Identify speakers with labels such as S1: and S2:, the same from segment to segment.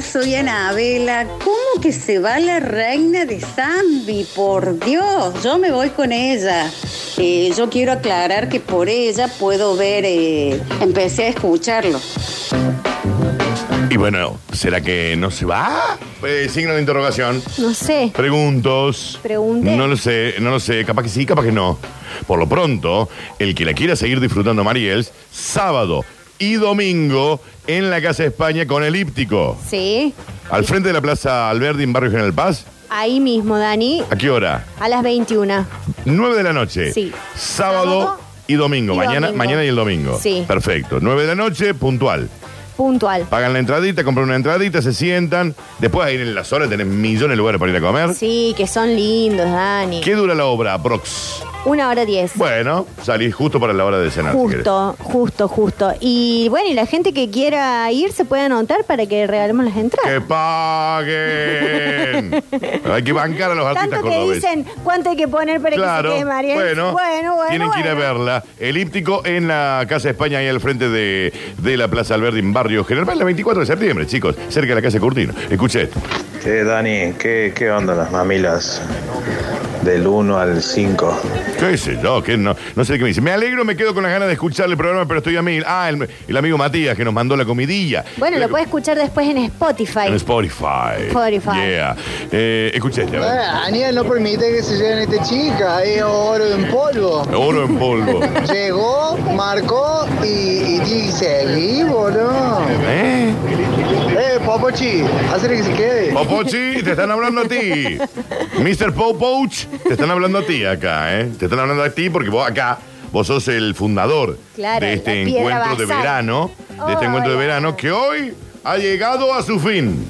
S1: soy Anabela. ¿Cómo que se va la reina de Zambi? Por Dios, yo me voy con ella. Eh, yo quiero aclarar que por ella puedo ver, eh, empecé a escucharlo.
S2: Y bueno, ¿será que no se va? Eh, signo de interrogación.
S3: No sé.
S2: Preguntos.
S3: Pregunte.
S2: No lo sé, no lo sé. Capaz que sí, capaz que no. Por lo pronto, el que la quiera seguir disfrutando Mariels, sábado y domingo en la Casa España con Elíptico.
S3: Sí.
S2: Al frente de la Plaza Alberdi en Barrio General Paz.
S3: Ahí mismo, Dani.
S2: ¿A qué hora?
S3: A las 21.
S2: 9 de la noche.
S3: Sí.
S2: Sábado
S3: Sábado
S2: y domingo.
S3: y
S2: mañana,
S3: domingo.
S2: mañana y el domingo.
S3: Sí.
S2: Perfecto. 9 de la noche, puntual.
S3: Puntual.
S2: Pagan la entradita, compran una entradita, se sientan. Después ahí en la zona tenés millones de lugares para ir a comer.
S3: Sí, que son lindos, Dani.
S2: ¿Qué dura la obra, aprox?
S3: Una hora diez.
S2: Bueno, salís justo para la hora de cenar. si querés.
S3: Justo, justo, justo. Y bueno, y la gente que quiera ir se puede anotar para que regalemos las entradas.
S2: ¡Que paguen! Hay que bancar a los artistas
S3: Tanto que
S2: cordobeses.
S3: dicen cuánto hay que poner para que
S2: Claro,
S3: se quede Mariel.
S2: bueno,
S3: bueno, bueno.
S2: tienen que ir a
S3: bueno.
S2: verla. Elíptico en la Casa España, ahí al frente de, de la Plaza Alberdi, en Barrio General Paz, la 24 de septiembre, chicos, cerca de la Casa Curtino. Escuche esto.
S4: Che, Dani, ¿qué, qué onda las mamilas? Del 1 al 5.
S2: ¿Qué sé yo? ¿Qué no? no sé qué me dice. Me alegro, me quedo con las ganas de escuchar el programa, pero estoy a mil. Ah, el, el amigo Matías que nos mandó la comidilla.
S3: Bueno,
S2: La-
S3: lo puede escuchar después en Spotify.
S2: En Spotify.
S3: Spotify.
S2: Yeah. Eh, escuche este, a ver.
S5: Ah, Daniel no permite que se lleven a esta chica, es oro en polvo.
S2: Oro en polvo.
S5: Llegó, marcó y, y dice, seguí, boludo.
S2: ¿Eh?
S5: Eh, Popochi, hazle que se quede.
S2: Popochi, te están hablando a ti. Mr. Popoch, te están hablando a ti acá, ¿eh? Te están hablando a ti porque vos acá, vos sos el fundador
S3: Claro,
S2: de este
S3: la piedra
S2: encuentro de
S3: basal.
S2: verano, de este encuentro de
S3: Hola.
S2: verano que hoy ha llegado a su fin.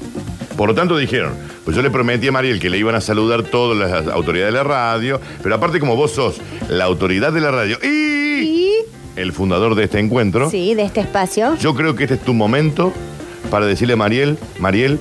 S2: Por lo tanto dijeron, pues yo le prometí a Mariel que le iban a saludar todas las autoridades de la radio, pero aparte como vos sos la autoridad de la radio y
S3: Y
S2: el fundador de este encuentro,
S3: sí, de este espacio.
S2: yo creo que este es tu momento para decirle a Mariel, Mariel,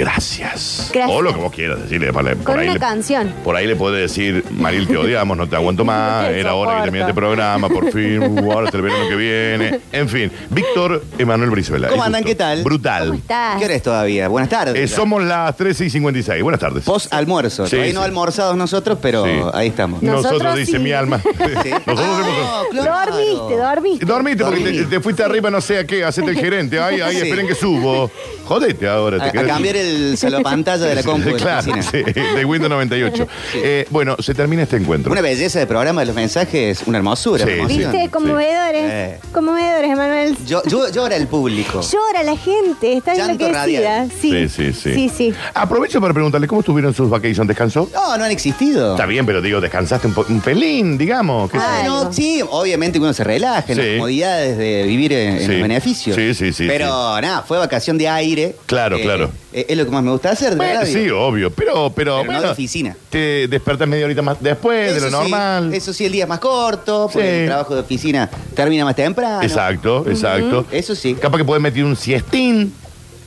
S2: gracias.
S3: Gracias.
S2: O lo que vos quieras decirle. para- Por,
S3: Con
S2: ahí
S3: una
S2: le,
S3: canción.
S2: por ahí le podés decir, Mariel, te odiamos, no te aguanto más,
S3: No te
S2: era hora que
S3: soporto.
S2: termine este programa, por fin, uh, ahora hasta el verano que viene. En fin, Víctor Emanuel Brizuela.
S6: ¿Cómo
S2: es
S6: andan?
S2: justo.
S6: ¿Qué tal?
S2: Brutal.
S3: ¿Cómo estás?
S6: Ah. ¿Qué hora es todavía? Buenas tardes.
S2: Eh, somos las 13 y 56. Buenas tardes.
S6: Post almuerzo.
S2: Sí,
S6: Todavía no
S2: sí.
S6: almorzados nosotros, pero
S2: Sí.
S6: ahí estamos. Ah,
S3: No.
S2: Nosotros,
S3: Nosotros
S2: dice
S3: sí. Ah.
S2: mi alma. Nosotros hemos...
S6: No, claro.
S3: Dormiste, dormiste.
S2: Dormiste porque
S6: Dormí.
S2: te, te fuiste arriba, no sé a qué, hacete el gerente. Ay, ay,
S6: Sí.
S2: esperen que subo. Jodete ahora.
S6: A,
S2: te
S6: a
S2: quedás-
S6: cambiar el salopantalla de la compu de la
S2: claro,
S6: oficina.
S2: sí, de Windows 98. Eh, bueno, se termina este encuentro.
S6: Una belleza de programa de los mensajes, una hermosura.
S2: Sí,
S6: una
S2: sí.
S6: emoción.
S3: ¿Viste? Conmovedores.
S6: Eh.
S3: Conmovedores, Emanuel.
S6: Yo, yo- llora el público.
S3: Llora la gente, está
S6: Llanto
S3: enloquecida.
S6: radial.
S3: Sí.
S2: sí, sí.
S3: Sí, sí.
S2: Aprovecho para preguntarle, ¿cómo estuvieron sus vacaciones? ¿Descansó?
S6: No, no han existido.
S2: Está bien, pero digo, descansaste un, po- un pelín, digamos. qué sé
S6: Ah,
S2: yo.
S6: no,
S3: Algo.
S6: sí, obviamente que uno se relaja en
S2: Sí.
S6: las comodidades de vivir en, en
S2: Sí.
S6: los beneficios.
S2: Sí, sí, sí,
S6: Pero nada, fue vacación de aire.
S2: Claro, claro.
S6: eh, Es lo que más me gusta hacer, de
S2: Bueno,
S6: verdad.
S2: sí, obvio, pero, pero,
S6: Pero no
S2: bueno,
S6: de oficina.
S2: Te despertas media horita más después de lo
S6: sí,
S2: normal.
S6: Eso sí, el día es más corto, porque
S2: Sí.
S6: el trabajo de oficina termina más temprano.
S2: Exacto, exacto.
S6: Eso sí.
S2: Capaz que puedes meter un siestín.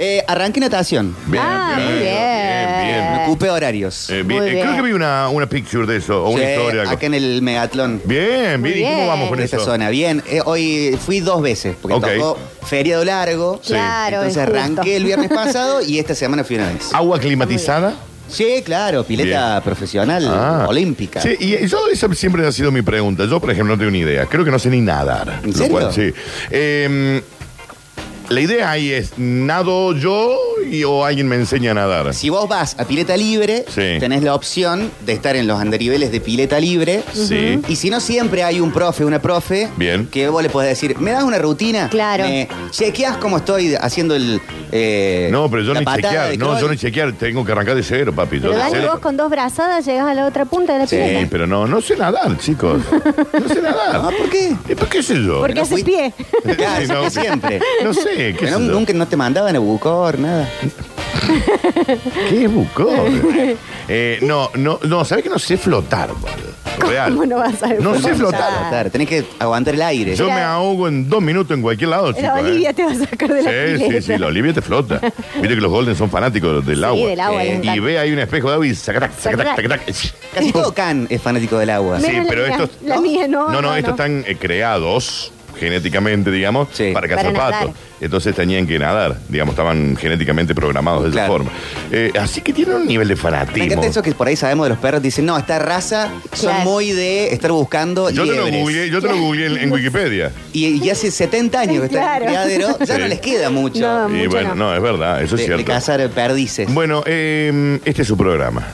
S6: Eh, arranqué natación.
S3: Ah, muy bien.
S2: bien, bien.
S6: Ocupé horarios.
S2: Eh, bien.
S3: Muy
S2: Eh, creo
S3: bien.
S2: que vi una, una picture de eso, o una
S6: Sí,
S2: historia. algo.
S6: Acá en el Megatlón.
S2: Bien,
S3: Muy
S2: bien. ¿Y cómo
S3: bien.
S2: vamos con
S6: En esta
S2: eso?
S6: zona. Bien, Eh, hoy fui dos veces, porque
S2: Ok.
S6: tocó feriado largo.
S2: Sí.
S3: Claro,
S6: Entonces
S3: es justo.
S6: arranqué el viernes pasado y esta semana fui una vez.
S2: ¿Agua climatizada?
S6: Sí, claro, pileta profesional
S2: Ah.
S6: olímpica.
S2: Sí, y yo esa siempre ha sido mi pregunta. Yo, por ejemplo, no tengo ni idea. Creo que no sé ni nadar.
S6: ¿En
S2: Lo
S6: serio?
S2: cual, sí. Eh, la idea ahí es, ¿nado yo y, o alguien me enseña a nadar?
S6: Si vos vas a pileta libre,
S2: Sí.
S6: tenés la opción de estar en los andariveles de pileta libre.
S2: Sí.
S6: Y si no, siempre hay un profe, una profe,
S2: Bien.
S6: que vos le podés decir, ¿me das una rutina?
S3: Claro.
S6: ¿Me chequeás cómo estoy haciendo el. eh,
S2: No, pero yo
S6: la
S2: ni
S6: patada de
S2: chequear. No,
S6: crawl?
S2: yo ni chequear. Tengo que arrancar de cero, papi. Yo
S3: Pero
S2: de
S3: Dani,
S2: cero.
S3: vos con dos brazadas llegás a la otra punta de la
S6: Sí.
S2: Sí,
S3: pileta.
S2: pero no, no sé nadar, chicos. No sé
S6: Ah,
S2: nadar.
S6: ¿Por qué?
S2: ¿Y por qué sé yo?
S3: Porque
S6: no
S3: hace
S6: fui-
S3: pie.
S6: Claro,
S2: Sí, no.
S6: siempre.
S2: No sé, qué sé
S6: Pero
S2: yo.
S6: nunca no te mandaban a Bucor, nada.
S2: ¿Qué bucón? Eh, no, no, no, ¿sabes que no sé flotar, boludo? Real.
S3: ¿Cómo no vas a ver?
S2: No sé flotar.
S6: Claro, tenés que aguantar el aire.
S2: Yo me ahogo en dos minutos en cualquier lado, chico.
S3: La
S2: ¿eh?
S3: Olivia te va a sacar de la
S2: Sí,
S3: pileta.
S2: sí, sí, la Olivia te flota. Viste que los Golden son fanáticos del agua.
S3: del agua, les
S2: Y
S3: encanta.
S2: ve ahí un espejo de agua y sacatac, sacatac,
S3: Sacatac.
S2: sacatac. Sí,
S6: Casi todo Can es fanático del agua.
S3: Menos la
S2: pero
S3: mía,
S2: estos.
S3: la mía, no,
S2: No,
S3: no,
S2: estos
S3: no.
S2: están eh, creados. genéticamente, digamos,
S6: Sí.
S2: para cazar
S3: Para nadar.
S2: patos. Entonces tenían que nadar, digamos, estaban genéticamente programados de
S6: Claro.
S2: esa forma. Eh, así que tienen un nivel de
S6: Me
S2: fanatismo.
S6: encanta eso que por ahí sabemos de los perros. Dicen, no, esta raza son
S3: Claro.
S6: muy de estar buscando
S2: Yo te lo
S6: liebres".
S2: googleé, yo te lo googleé en, en Wikipedia.
S6: Y, y hace 70 años que está en el
S3: Claro.
S6: criadero, ya no
S2: Sí.
S6: les queda mucho.
S3: No,
S2: Y
S3: mucho
S2: bueno, no. es verdad, eso es
S6: de, de
S2: cierto.
S6: cazar perdices.
S2: Bueno, eh, este es su programa.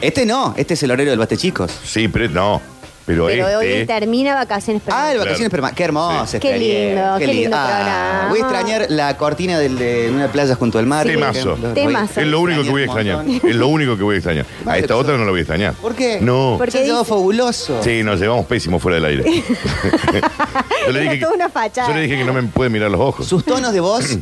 S6: Este no, este es el horario del bate chicos.
S2: Sí, pero no. Pero,
S3: Pero hoy
S2: este.
S3: termina vacaciones. pero-
S6: Ah, el vacaciones
S2: Claro.
S6: permanentes. Qué hermoso.
S2: Sí.
S3: Qué
S6: estaría.
S3: lindo, qué lindo
S6: Ah,
S3: programa.
S6: voy a extrañar la cortina del- de una playa junto al mar.
S2: Sí. Temazo.
S6: Voy a-
S3: Temazo.
S2: Es lo único que voy a
S6: un
S2: extrañar.
S6: montón.
S2: Es lo único que voy a extrañar. A
S6: Vale,
S2: esta
S6: que
S2: otra
S6: son-
S2: no la voy a extrañar.
S6: ¿Por qué?
S2: No.
S3: Porque
S6: Se ha llevado
S3: dice-
S6: fabuloso.
S2: Sí, nos llevamos pésimo fuera del aire. yo,
S3: Era toda una fachada.
S2: yo le dije que no me puede mirar los ojos.
S6: Sus tonos de voz eh,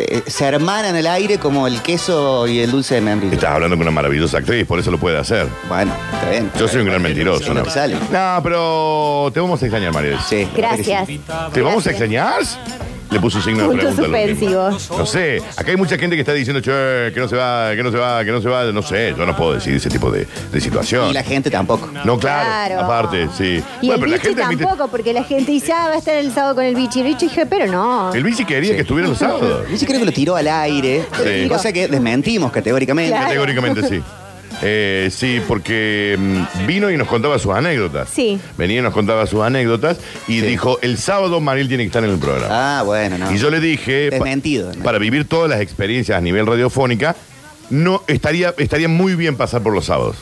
S6: eh, se hermanan al aire como el queso y el dulce de membrillo.
S2: Estás hablando con una maravillosa actriz, por eso lo puede hacer.
S6: Bueno, está bien.
S2: Yo soy un gran mentiroso,
S6: Es lo
S2: ¿no?
S6: que sale.
S2: No, pero te vamos a extrañar, Mariel.
S6: Sí, la verdad que sí.
S3: Gracias.
S2: ¿Te vamos a extrañar? Le puso signo de
S3: Punto
S2: pregunta. al último.
S3: suspensivo.
S2: No sé, acá hay mucha gente que está diciendo, che, que no se va, que no se va, que no se va. No sé, yo no puedo decir ese tipo de, de
S6: Y
S2: situación.
S6: la gente tampoco.
S2: No, claro,
S3: Claro.
S2: aparte, sí.
S3: Y
S2: Bueno, pero
S3: el
S2: la
S3: bichi
S2: gente admite-
S3: tampoco, porque la gente dice, ah, va a estar el sábado con el bichi. El bichi dije, pero no.
S2: El bici quería que estuviera los sábados.
S6: Yo sí creo que lo tiró al aire.
S2: Sí.
S6: Cosa que desmentimos categóricamente.
S3: Claro.
S2: Categóricamente sí. Eh, sí, porque mm, vino y nos contaba sus anécdotas.
S3: Sí.
S2: Venía y nos contaba sus anécdotas y dijo, el sábado Mariel tiene que estar en el programa.
S6: Ah, bueno, no.
S2: Y yo le dije, pa-
S6: Desmentido, ¿no?
S2: para vivir todas las experiencias a nivel radiofónica, no estaría, estaría muy bien pasar por los sábados.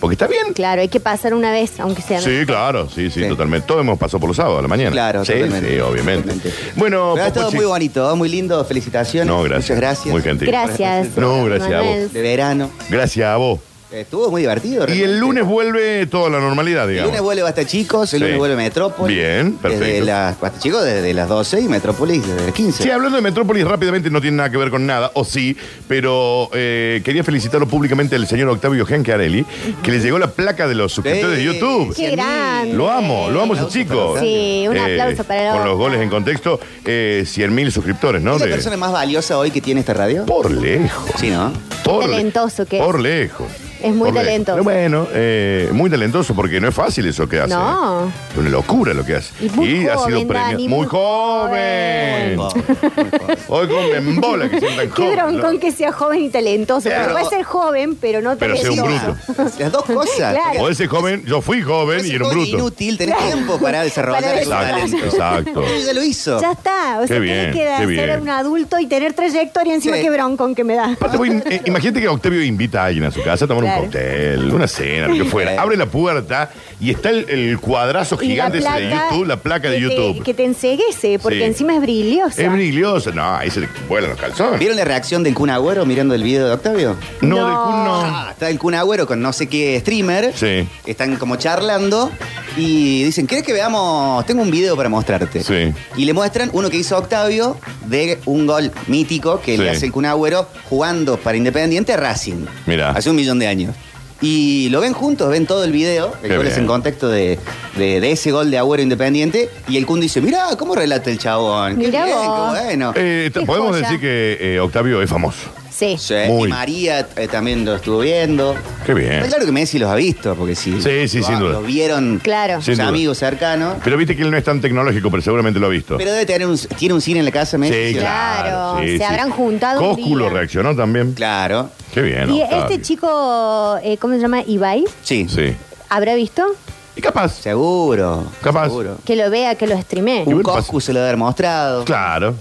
S2: Porque está bien.
S3: Claro, hay que pasar una vez, aunque sea.
S2: Sí, claro, sí, sí,
S6: Sí.
S2: totalmente. Todos hemos pasado por los sábados a la mañana.
S6: Claro,
S2: sí,
S6: totalmente.
S2: sí, obviamente.
S6: Totalmente.
S2: Bueno, pues,
S6: Pero ha estado
S2: Papuchi-
S6: muy bonito, muy lindo. Felicitaciones.
S2: No, gracias.
S6: Muchas gracias.
S2: Muy gentil.
S3: Gracias.
S2: No, gracias a vos.
S3: Manuel.
S6: De verano.
S2: Gracias a vos.
S6: Estuvo muy divertido.
S2: Y
S6: realmente.
S2: el lunes vuelve toda la normalidad,
S6: El
S2: digamos.
S6: lunes vuelve Basta Chicos, el
S2: Sí.
S6: lunes vuelve Metrópolis.
S2: Bien, perfecto.
S6: Desde las, Basta Chicos desde las 12 y Metrópolis desde las 15.
S2: Sí, hablando de Metrópolis rápidamente, no tiene nada que ver con nada, o sí, pero eh, quería felicitarlo públicamente al señor Octavio Gencarelli, que le llegó la placa de los suscriptores de
S6: Sí.
S2: YouTube.
S3: Qué grande.
S2: Lo amo, lo amo ese
S6: Aplauso
S2: chico.
S6: para
S3: Sí, un aplauso para la
S2: Eh, Con los
S3: otra.
S2: goles en contexto, eh, 100.000 suscriptores, ¿no?
S6: ¿Es la
S2: De-
S6: persona más valiosa hoy que tiene esta radio?
S2: Por lejos.
S6: Sí, ¿no?
S2: Por le-
S3: talentoso que es.
S2: Por lejos.
S3: Es muy
S2: Por lejos.
S3: talentoso.
S2: Pero bueno, eh, muy talentoso porque no es fácil eso que hace.
S3: No.
S2: ¿eh? Es una locura lo que hace.
S3: Y muy
S2: ha sido
S3: joven,
S2: premiado.
S3: Dani,
S2: muy
S3: muy
S2: joven.
S3: joven.
S2: Hoy con bola que sientan
S3: Qué
S2: joven.
S3: broncón
S2: ¿no?
S3: que sea joven y talentoso.
S6: Claro.
S3: Porque puede ser joven, pero no
S2: Pero sea un
S3: talentoso.
S2: bruto.
S6: Las dos cosas.
S3: Claro.
S2: Podés ser joven, yo fui joven y era un bruto.
S6: inútil, tenés tiempo para desarrollar
S3: Para
S6: tu
S3: desarrollar.
S6: talento.
S2: Exacto.
S6: Él ya lo hizo.
S3: Ya está. O sea,
S2: Qué bien,
S3: tenés que
S2: qué
S3: ser
S2: bien.
S3: un adulto y tener trayectoria encima
S6: Sí.
S3: qué broncón que me da.
S2: Aparte, voy- eh, imagínate que Octavio invita a alguien a su casa a tomar
S3: Claro.
S2: un cóctel, una cena, lo que fuera.
S6: Claro.
S2: Abre la puerta y está el, el cuadrazo
S3: Y la
S2: gigante ese de
S3: placa
S2: YouTube, la placa de
S3: que te-
S2: YouTube.
S3: que te enseguece, porque
S2: Sí.
S3: encima es brillosa.
S2: Es brilloso. No, ahí se le vuelan los calzones.
S6: ¿Vieron la reacción del Kun Agüero mirando el video de Octavio?
S2: No,
S3: No.
S2: del Kun no.
S6: Ah, está el Kun Agüero con no sé qué streamer.
S2: Sí.
S6: Están como charlando y dicen, ¿querés que veamos? Tengo un video para mostrarte.
S2: Sí.
S6: Y le muestran uno que hizo Octavio de un gol mítico que
S2: Sí.
S6: le hace el Kun Agüero jugando para Independiente Racing.
S2: Mirá.
S6: Hace un millón de años. Y lo ven juntos, ven todo el video, el
S2: Qué
S6: gol es
S2: bien.
S6: en contexto de, de- de ese gol de Agüero Independiente. Y el Kun dice, mirá, ¿cómo relata el chabón? Qué
S3: Mirá
S6: bien,
S3: vos.
S6: qué bueno.
S2: Eh, t-
S3: Qué
S2: podemos
S3: joya.
S2: decir que eh, Octavio es famoso.
S3: Sí.
S6: Sí,
S2: Muy.
S6: y María eh, también lo estuvo viendo.
S2: Qué bien.
S6: Claro que Messi los ha visto, porque si
S2: Sí, sí,
S6: lo,
S2: sin duda.
S6: lo vieron
S3: Claro.
S2: Sin
S6: sus
S2: duda.
S6: amigos cercanos.
S2: Pero viste que él no es tan tecnológico, pero seguramente lo ha visto.
S6: Pero debe tener un, tiene un cine en la casa, Messi.
S2: sí, claro.
S3: Claro,
S2: sí,
S3: se
S2: sí.
S3: habrán juntado un
S2: Cósculo
S3: día.
S2: reaccionó también.
S6: Claro.
S2: Qué bien.
S3: Y
S2: Octavio.
S3: este chico, eh, ¿cómo se llama? Ibai,
S6: Sí.
S2: Sí.
S3: ¿habrá visto?
S2: Y capaz.
S6: Seguro.
S2: Capaz.
S6: Seguro.
S3: Que lo vea, que lo streamee.
S2: bueno,
S6: Un
S2: pasa-
S6: Coscu se lo ha demostrado.
S2: Claro.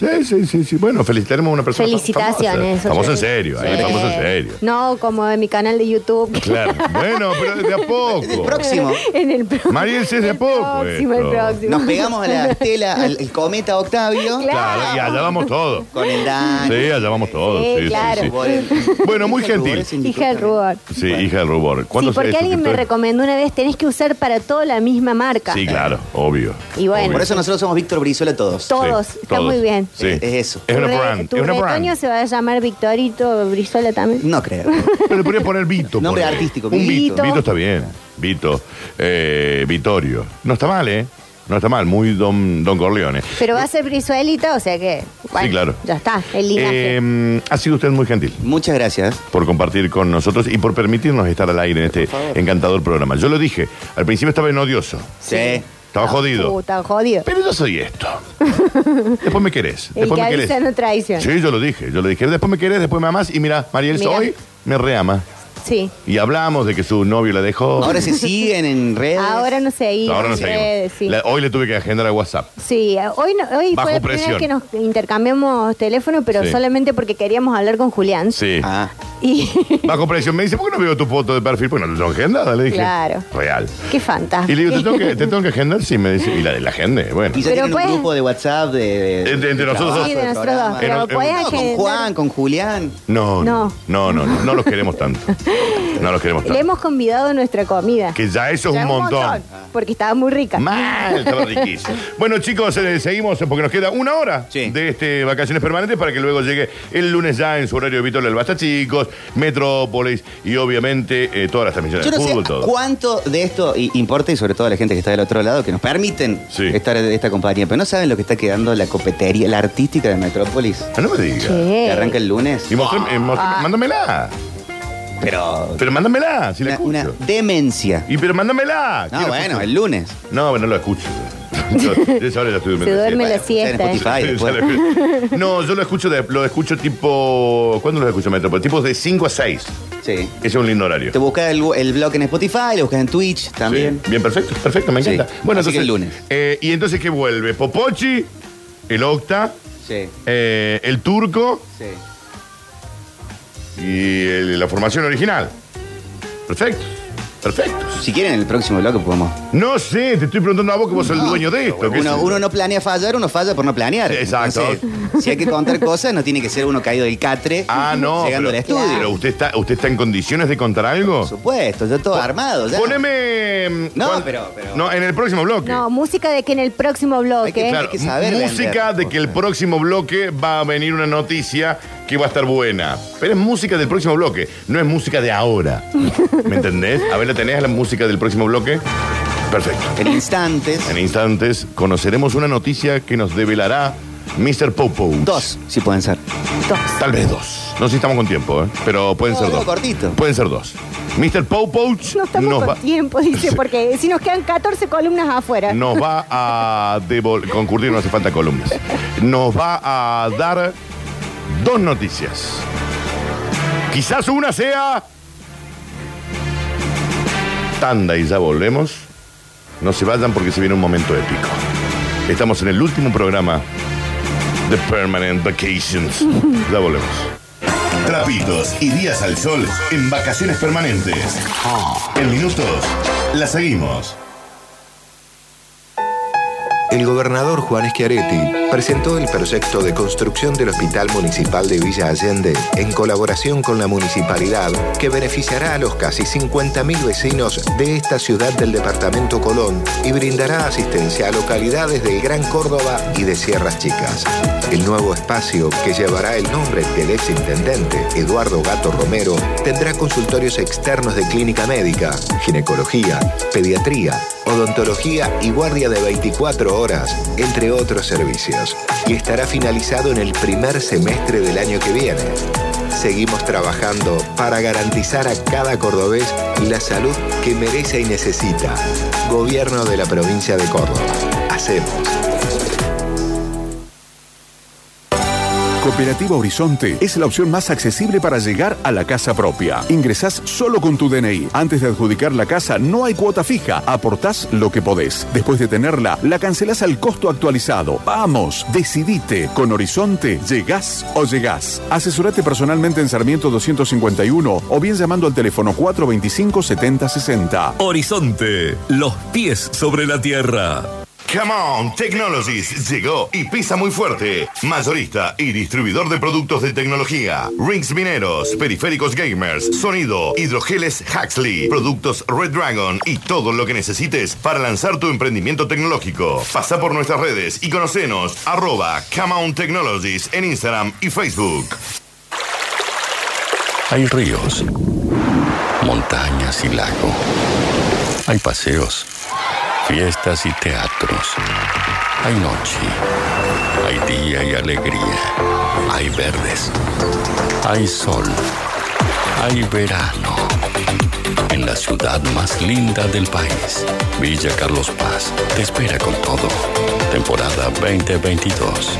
S2: Sí, sí, sí, sí. Bueno, felicitaremos a una persona. fam-
S3: Felicitaciones.
S2: Famosa, Famosa en serio, ahí,
S3: Sí.
S2: famosa en serio.
S3: Eh, No, como en mi canal de YouTube.
S2: Claro. Bueno, pero de a
S6: El
S2: poco.
S6: próximo.
S3: en el próximo.
S2: Mariel, si es de
S3: El
S2: poco
S3: próximo, el
S2: esto.
S3: próximo.
S6: Nos pegamos a la estela, al el cometa Octavio.
S3: Claro.
S2: Claro, y allá vamos todos.
S6: Con el Dan.
S2: Sí, allá vamos todos.
S3: Ah, Sí,
S2: Sí, sí,
S3: claro.
S2: sí. Bueno, muy gentil.
S3: Hija del rubor.
S2: Pues Sí, hija del rubor.
S3: Sí,
S2: ¿Cuántos
S3: porque
S2: es
S3: alguien me
S2: suscriptor?
S3: recomendó una vez, tenés que usar para todo la misma marca.
S2: Sí, claro, obvio.
S3: Y bueno.
S2: obvio.
S6: Por eso nosotros somos Víctor Brizuela todos.
S2: Sí,
S3: Todos, está muy bien.
S2: Sí.
S6: Es- es eso.
S2: Es una
S3: Tu re-
S2: brand.
S3: Tu
S2: Es una
S3: retoño
S2: brand.
S3: se va a llamar Victorito Brizuela también.
S6: No creo.
S2: Pero le podría poner Vito.
S6: Nombre
S2: ponele.
S6: artístico,
S2: Un Vito.
S3: Vito.
S2: Vito está bien. Vito. Eh, Vitorio. No está mal, ¿eh? No está mal. Muy Don, don Corleone.
S3: Pero va a ser Brizuelita, o sea que. bueno,
S2: Sí, claro.
S3: Ya está, el linaje.
S2: Eh, ha sido usted muy gentil
S6: Muchas gracias.
S2: por compartir con nosotros y por permitirnos estar al aire en este encantador programa. Yo lo dije, al principio estaba en odioso.
S6: Sí.
S2: Estaba jodido.
S3: Ah, Puta, Uh, jodido.
S2: Pero yo soy esto. Después me querés.
S3: El
S2: Después
S3: que
S2: me querés.
S3: avisa no traiciona.
S2: Sí, yo lo dije. Yo lo dije. Después me querés, después me amás. Y mira, Mariel
S3: Mira.
S2: hoy me reama.
S3: Sí.
S2: Y hablamos de que su novio la dejó.
S6: Ahora se siguen en redes.
S3: Ahora no se iba.
S2: Ahora no
S3: sí. eh,
S2: seguimos.
S3: Sí.
S2: La- hoy le tuve que agendar a WhatsApp.
S3: Sí, hoy, no- hoy
S2: Bajo
S3: fue la primera
S2: presión.
S3: vez que nos intercambiamos teléfono, pero
S2: Sí.
S3: solamente porque queríamos hablar con Julián.
S2: Sí.
S6: Ah.
S3: Y
S2: Bajo presión. Me dice, ¿por qué no veo tu foto de perfil? Bueno, lo tengo agendada, le dije.
S3: Claro. Ah.
S2: Real.
S3: qué fantástico.
S2: Y le digo, ¿te tengo que, te tengo que agendar? Sí, me dice. Y la de la agenda, bueno.
S6: Y ya
S3: Pero
S6: tienen
S3: pues-
S6: un grupo de WhatsApp de. de-
S2: Entre-
S6: de
S2: entre nosotros
S6: trabajo,
S2: dos.
S3: Sí,
S6: de
S3: de nosotros
S6: programa.
S3: dos. Pero
S2: En- en-
S3: podés
S6: No, con
S3: agendar-
S6: Juan, con Julián.
S2: No, no,
S3: No.
S2: no, no, no, los queremos tanto. No los queremos
S3: Le
S2: tanto.
S3: hemos convidado a nuestra comida.
S2: Que ya eso es
S3: Ya
S2: un
S3: es
S2: montón.
S3: Porque estaba muy rica.
S2: Mal, estaba riquísimo. Bueno, chicos, eh, seguimos eh, porque nos queda una hora
S6: Sí.
S2: de este vacaciones permanentes para que luego llegue el lunes ya en su horario habitual el Basta Chicos, Metrópolis y obviamente eh, todas las transmisiones
S6: Yo
S2: de
S6: no sé
S2: fútbol, todo.
S6: cuánto de esto i- importa y sobre todo a la gente que está del otro lado, que nos permiten
S2: Sí.
S6: estar de esta compañía, pero no saben lo que está quedando la copetería, la artística de Metrópolis.
S2: Ah, no me digas.
S3: Che.
S6: Que arranca el lunes.
S2: Y mostrame, eh,
S3: Ah.
S2: mostrame- mándamela.
S6: Pero
S2: Pero mándamela, si la
S6: una,
S2: escucho.
S6: una demencia.
S2: Y pero mándamela.
S6: No,
S2: Quiero
S6: bueno,
S2: escuchar-
S6: el lunes.
S2: No, bueno, no lo escucho. Yo, yo esa hora ya estoy durmiendo.
S3: Se duerme
S2: Sí,
S3: la siesta.
S6: Está en Spotify
S2: Sí,
S6: después.
S2: ya
S6: pues.
S2: lo- No, yo lo escucho, de- lo escucho tipo. ¿Cuándo lo escucho Metrópolis? Tipo de 5 a 6.
S6: Sí.
S2: Ese es un lindo horario.
S6: Te buscas el, el blog en Spotify, lo buscas en Twitch
S2: Sí.
S6: también.
S2: Bien, perfecto, perfecto, me
S6: Sí.
S2: encanta.
S6: Así que el lunes.
S2: eh, ¿Y entonces qué vuelve? Popochi, el Octa,
S6: Sí.
S2: eh, el Turco
S6: Sí.
S2: y el- la formación original. Perfecto, perfecto.
S6: Si quieren, en el próximo blog podemos.
S2: No sé, te estoy preguntando a vos que vos sos el dueño de esto. ¿qué
S6: Uno,
S2: sé yo?
S6: uno no planea fallar, uno falla por no planear.
S2: Sí, exacto.
S6: Entonces, si hay que contar cosas, no tiene que ser uno caído del catre.
S2: Ah, no.
S6: Llegando al
S2: pero,
S6: estudio.
S2: pero usted está, usted está en condiciones de contar algo.
S6: Por supuesto, ya todo armado. Ya.
S2: Poneme. mm,
S6: No,
S2: Juan-
S6: pero- pero-
S2: No, en el próximo bloque.
S3: No, música de que en el próximo
S6: Hay que-
S3: bloque.
S2: Claro,
S6: que saber
S2: música
S6: vender, pues.
S2: de que el
S6: porque-
S2: próximo bloque va a venir una noticia que va a estar buena. Pero es música del próximo bloque, no es música de ahora. ¿Me entendés? A ver, ¿la tenés la música del próximo bloque? Perfecto.
S6: En instantes.
S2: En instantes conoceremos una noticia que nos develará Mr. Popo.
S6: Dos, si pueden ser.
S2: Tal vez dos. No sé si estamos con tiempo, ¿eh? pero pueden
S6: No,
S2: ser
S6: algo
S2: dos.
S6: cortito.
S2: Pueden ser dos. Mr. Popoch
S3: No estamos
S2: nos
S3: con
S2: va,
S3: tiempo, dice, porque si nos quedan 14 columnas afuera.
S2: nos va a devol- concurrir, no hace falta columnas. Nos va a dar dos noticias. Quizás una sea tanda y ya volvemos. No se vayan porque se viene un momento épico. Estamos en el último programa de Permanent Vacations. Ya volvemos. Trapitos y días al sol en vacaciones permanentes. En minutos la seguimos.
S7: El gobernador Juan Schiaretti presentó el proyecto de construcción del Hospital Municipal de Villa Allende en colaboración con la municipalidad que beneficiará a los casi 50.000 vecinos de esta ciudad del departamento Colón y brindará asistencia a localidades del Gran Córdoba y de Sierras Chicas. El nuevo espacio, que llevará el nombre del exintendente Eduardo Gato Romero, tendrá consultorios externos de clínica médica, ginecología, pediatría, odontología y guardia de 24 horas, entre otros servicios, y estará finalizado en el primer semestre del año que viene. Seguimos trabajando para garantizar a cada cordobés la salud que merece y necesita. Gobierno de la provincia de Córdoba. Hacemos.
S8: Cooperativa Horizonte es la opción más accesible para llegar a la casa propia. Ingresás solo con tu DNI. Antes de adjudicar la casa no hay cuota fija. Aportás lo que podés. Después de tenerla, la cancelás al costo actualizado. Vamos, decidite. Con Horizonte, llegás o llegás. Asesorate personalmente en Sarmiento 251 o bien llamando al teléfono 425 7060.
S9: Horizonte, los pies sobre la tierra.
S2: Come On Technologies llegó y pisa muy fuerte. Mayorista y distribuidor de productos de tecnología. Rings mineros, periféricos gamers, sonido, hidrogeles Huxley, productos Red Dragon y todo lo que necesites para lanzar tu emprendimiento tecnológico. Pasa por nuestras redes y conocenos arroba Come On Technologies en Instagram y Facebook.
S9: Hay ríos, montañas y lago. Hay paseos, fiestas y teatros. Hay noche, hay día y alegría. Hay verdes, hay sol, hay verano.
S10: en la ciudad más linda del país. Villa Carlos Paz te espera con todo. Temporada 2022.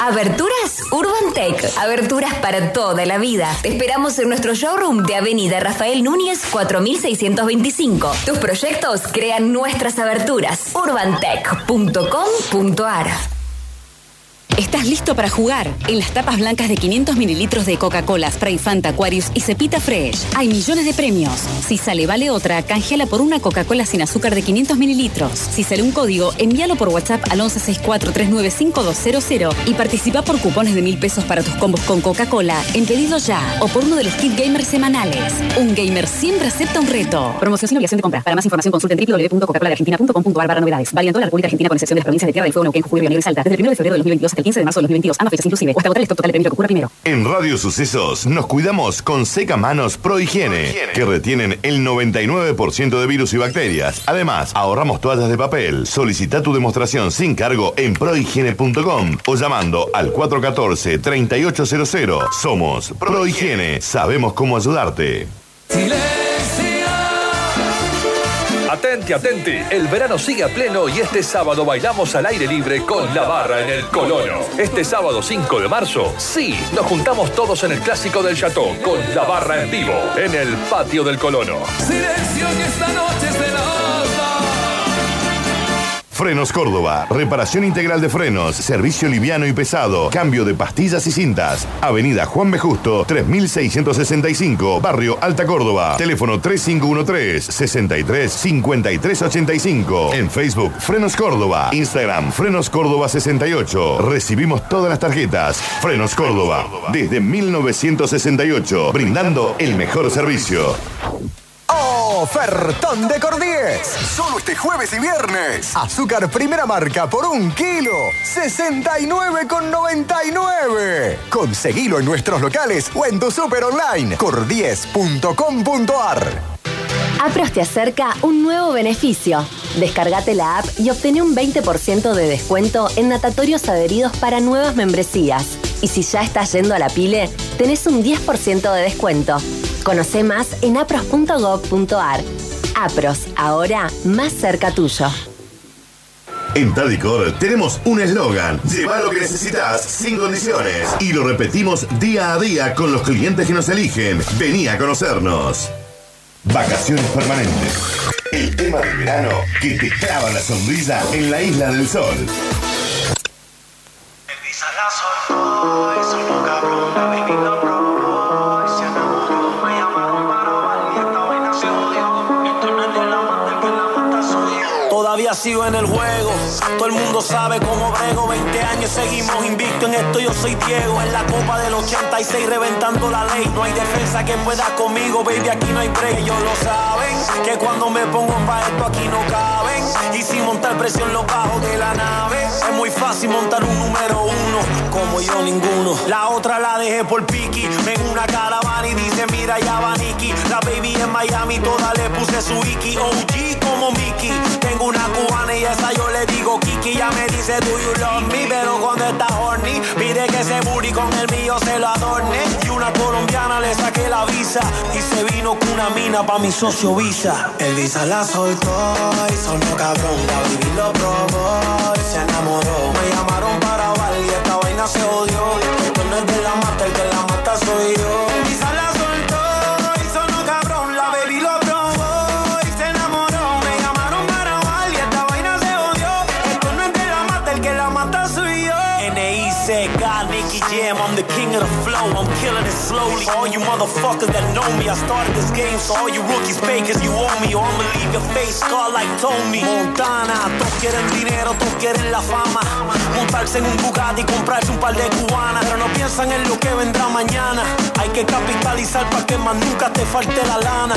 S11: Aberturas Urban Tech. Aberturas para toda la vida. Te esperamos en nuestro showroom de Avenida Rafael Núñez 4625. Tus proyectos crean nuestras aberturas. urbantech.com.ar
S12: Estás listo para jugar. En las tapas blancas de 500 mililitros de Coca-Cola, Spray Fanta, Aquarius y Cepita Fresh hay millones de premios. Si sale vale otra, canjeala por una Coca-Cola sin azúcar de 500 mililitros. Si sale un código, envíalo por WhatsApp al 1164395200 y participa por cupones de mil pesos para tus combos con Coca-Cola en pedido ya o por uno de los kit gamers semanales. Un gamer siempre acepta un reto.
S13: Promoción sin obligación de compra. Para más información consulta en www.cocacoladeargentina.com.ar barra novedades. Válido en toda la República Argentina con excepción de las provincias de Tierra del Fuego, Neuquén, Jujuy, Río Negro y Salta. Desde el 1 de febrero de 2022 hasta el 15 de marzo de 2022. Ambas fechas inclusive. O hasta agotar el stock total de premio que ocurra primero.
S2: En Radio Sucesos nos cuidamos con secamanos Pro Higiene, que retienen el 99% de virus y bacterias. Además, ahorramos toallas de papel. Solicita tu demostración sin cargo en prohigiene.com o llamando al 414-3800. Somos Pro Higiene, sabemos cómo ayudarte.
S14: Atenti, atenti. El verano sigue a pleno y este sábado bailamos al aire libre con la barra en el Colono. Este sábado 5 de marzo, sí, nos juntamos todos en el clásico del Chateau con la barra en vivo en el patio del Colono.
S15: Silencio que esta noche es de la
S2: Frenos Córdoba, reparación integral de frenos, servicio liviano y pesado, cambio de pastillas y cintas. Avenida Juan B. Justo, 3665, Barrio Alta Córdoba. Teléfono 3513-635385. En Facebook, Frenos Córdoba. Instagram, Frenos Córdoba 68. Recibimos todas las tarjetas. Frenos Córdoba, desde 1968, brindando el mejor servicio.
S16: Ofertón de Cordies. Solo este jueves y viernes. Azúcar primera marca por un kilo. 69,99. Conseguilo en nuestros locales o en tu super online. Cordies.com.ar.
S17: Apros te acerca un nuevo beneficio. Descargate la app y obtené un 20% de descuento en natatorios adheridos para nuevas membresías. Y si ya estás yendo a la pile, tenés un 10% de descuento. Conoce más en apros.gov.ar. Apros, ahora más cerca tuyo.
S2: En Tadicor tenemos un eslogan. Lleva lo que necesitas sin condiciones. Y lo repetimos día a día con los clientes que nos eligen. Vení a conocernos. Vacaciones permanentes. El tema del verano que te clava la sonrisa en la isla del sol.
S18: Todavía sigo en el juego. Todo el mundo sabe cómo brego. 20 años seguimos invicto en esto. Yo soy Diego. En la copa del 86 reventando la ley. No hay defensa que pueda conmigo, baby. Aquí no hay break. Ellos lo saben. Que cuando me pongo pa' esto aquí no caben. Y sin montar presión los bajos de la nave. Es muy fácil montar un número uno. Como yo ninguno. La otra la dejé por piqui. En una caravana y dice mira ya va Nicky. La baby en Miami toda le puse su wiki. OG como Mickey. Tengo una cubana y esa yo le digo Kiki. Ya me dice do you love me, pero cuando está horny pide que se booty con el mío se lo adorne. Y una colombiana le saqué la visa y se vino con una mina pa mi socio visa. El visa la soltó y sonó cabrón. La baby lo probó y se enamoró. Me llamaron para bailar y esta vaina se odió. Esto no es de la mata, el que la mata soy yo. El Visa la soltó y sonó cabrón. La baby lo probó y se enamoró. Me llamaron para bailar y esta vaina se odió. Esto no es de la mata, el que la mata soy yo. N.I.C.K. Nicky Jam, I'm the king of the flow, I'm killing it slowly. All you motherfuckers that know me, I started this game, so all you rookies, fakers, you owe me, or I'ma leave your face scarred like Tommy. Montana, todos quieren dinero, todos quieren la fama. Montarse en un Bugatti y comprarse un par de cubanas, pero no piensan en lo que vendrá mañana. Hay que capitalizar para que más nunca te falte la lana.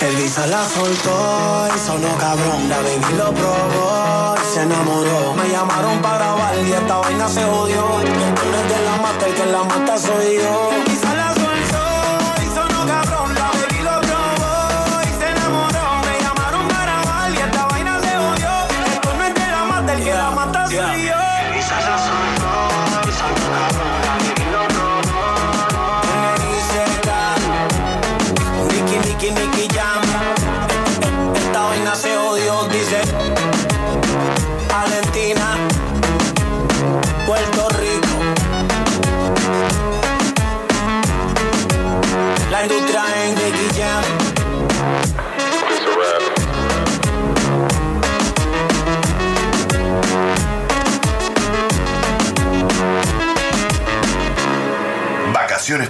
S18: El visa la soltó y sonó cabrón. La baby lo probó y se enamoró. Me llamaron para bailar y esta vaina se odió. Esto no es de la mata, el que la mata soy yo. El visa la soltó y sonó cabrón. La baby lo probó y se enamoró. Me llamaron para bailar y esta vaina se odió. Esto no es de la mata, el que la mata soy yo. El visa la soltó y sonó cabrón. La baby lo probó la industria en Nicky Jam.
S2: Vacaciones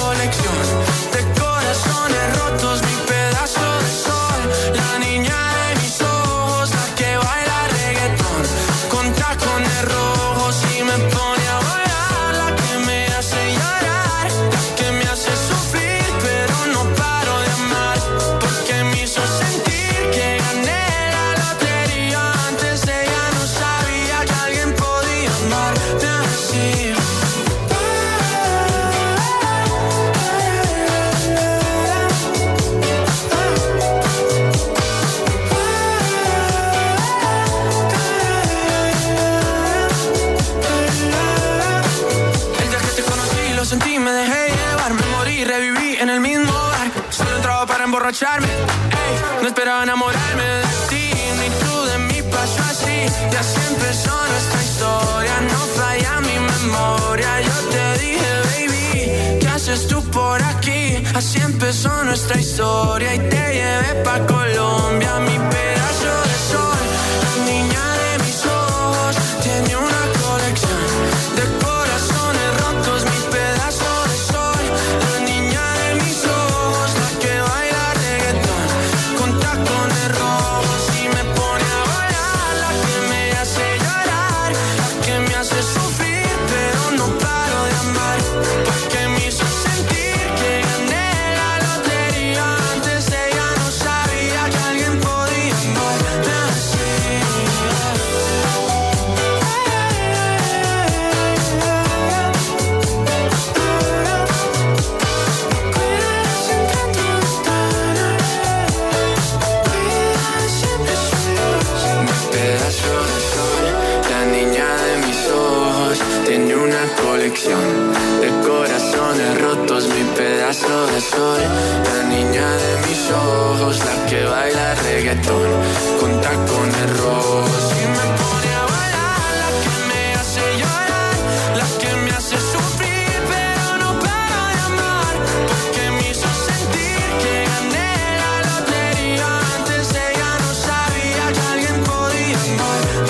S15: colección de corazones rotos. Mi pedazo de sol, la niña de mis ojos, la que baila reggaetón con tacones rojos y me pone a volar. La que me hace llorar, la que me hace sufrir, pero no paro de amar porque me hizo sentir que gané la lotería. Antes ella no sabía que alguien podía amarme así. El día que te conocí lo sentí, me dejé llevar, me morí, reviví en el mismo bar. Solo entraba para emborracharme, ey, no esperaba enamorarme de ti, ni tú de mí pasó así. Y así empezó nuestra historia, no falla mi memoria. Yo te dije, baby, ¿qué haces tú por aquí? Así empezó nuestra historia y te llevé pa' Colombia, mi pedazo de sol. La niña de mis ojos tiene una colección de corazones rotos, mi pedazo de sol. La niña de mis ojos, la que baila reggaetón con tacones rojos y me pone a volar. La que me hace llorar, la que me hace sufrir, pero no paro de amar. Porque me hizo sentir que gané la lotería. Antes ella no sabía que alguien podía amarme así. Mi pedazo de sol, la niña de mis ojos tiene una colección de corazones rotos. Mi pedazo de sol, la niña de mis ojos, la que baila reggaetón con tacones rojos y me pone a bailar, la que me hace llorar, la que me hace sufrir, pero no paro de amar, porque me hizo sentir que gané la lotería. Antes ella no sabía que alguien podía amarme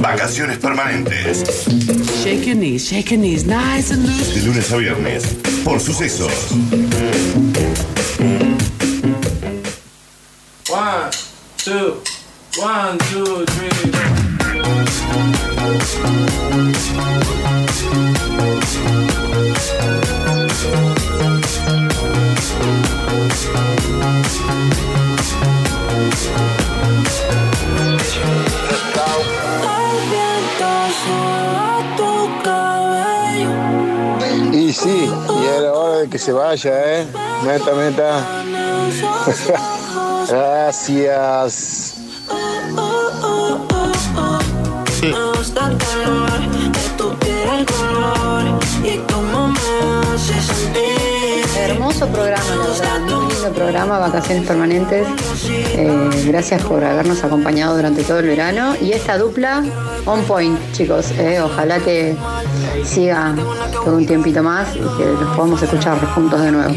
S2: Vacaciones permanentes.
S19: Shake your knees, shake your knees, nice and loose.
S2: De lunes a viernes. Por sucesos.
S15: One, two, one, two, three.
S20: Y sí, y era hora de que se vaya, ¿eh? Meta, meta. Gracias.
S15: Me gusta el calor de tu piel, el color y cómo me hace sentir.
S1: Hermoso programa, la verdad, muy lindo programa, vacaciones permanentes. Eh, gracias por habernos acompañado durante todo el verano. Y esta dupla, on point, chicos. eh, ojalá que siga por un tiempito más y que los podamos escuchar juntos de nuevo.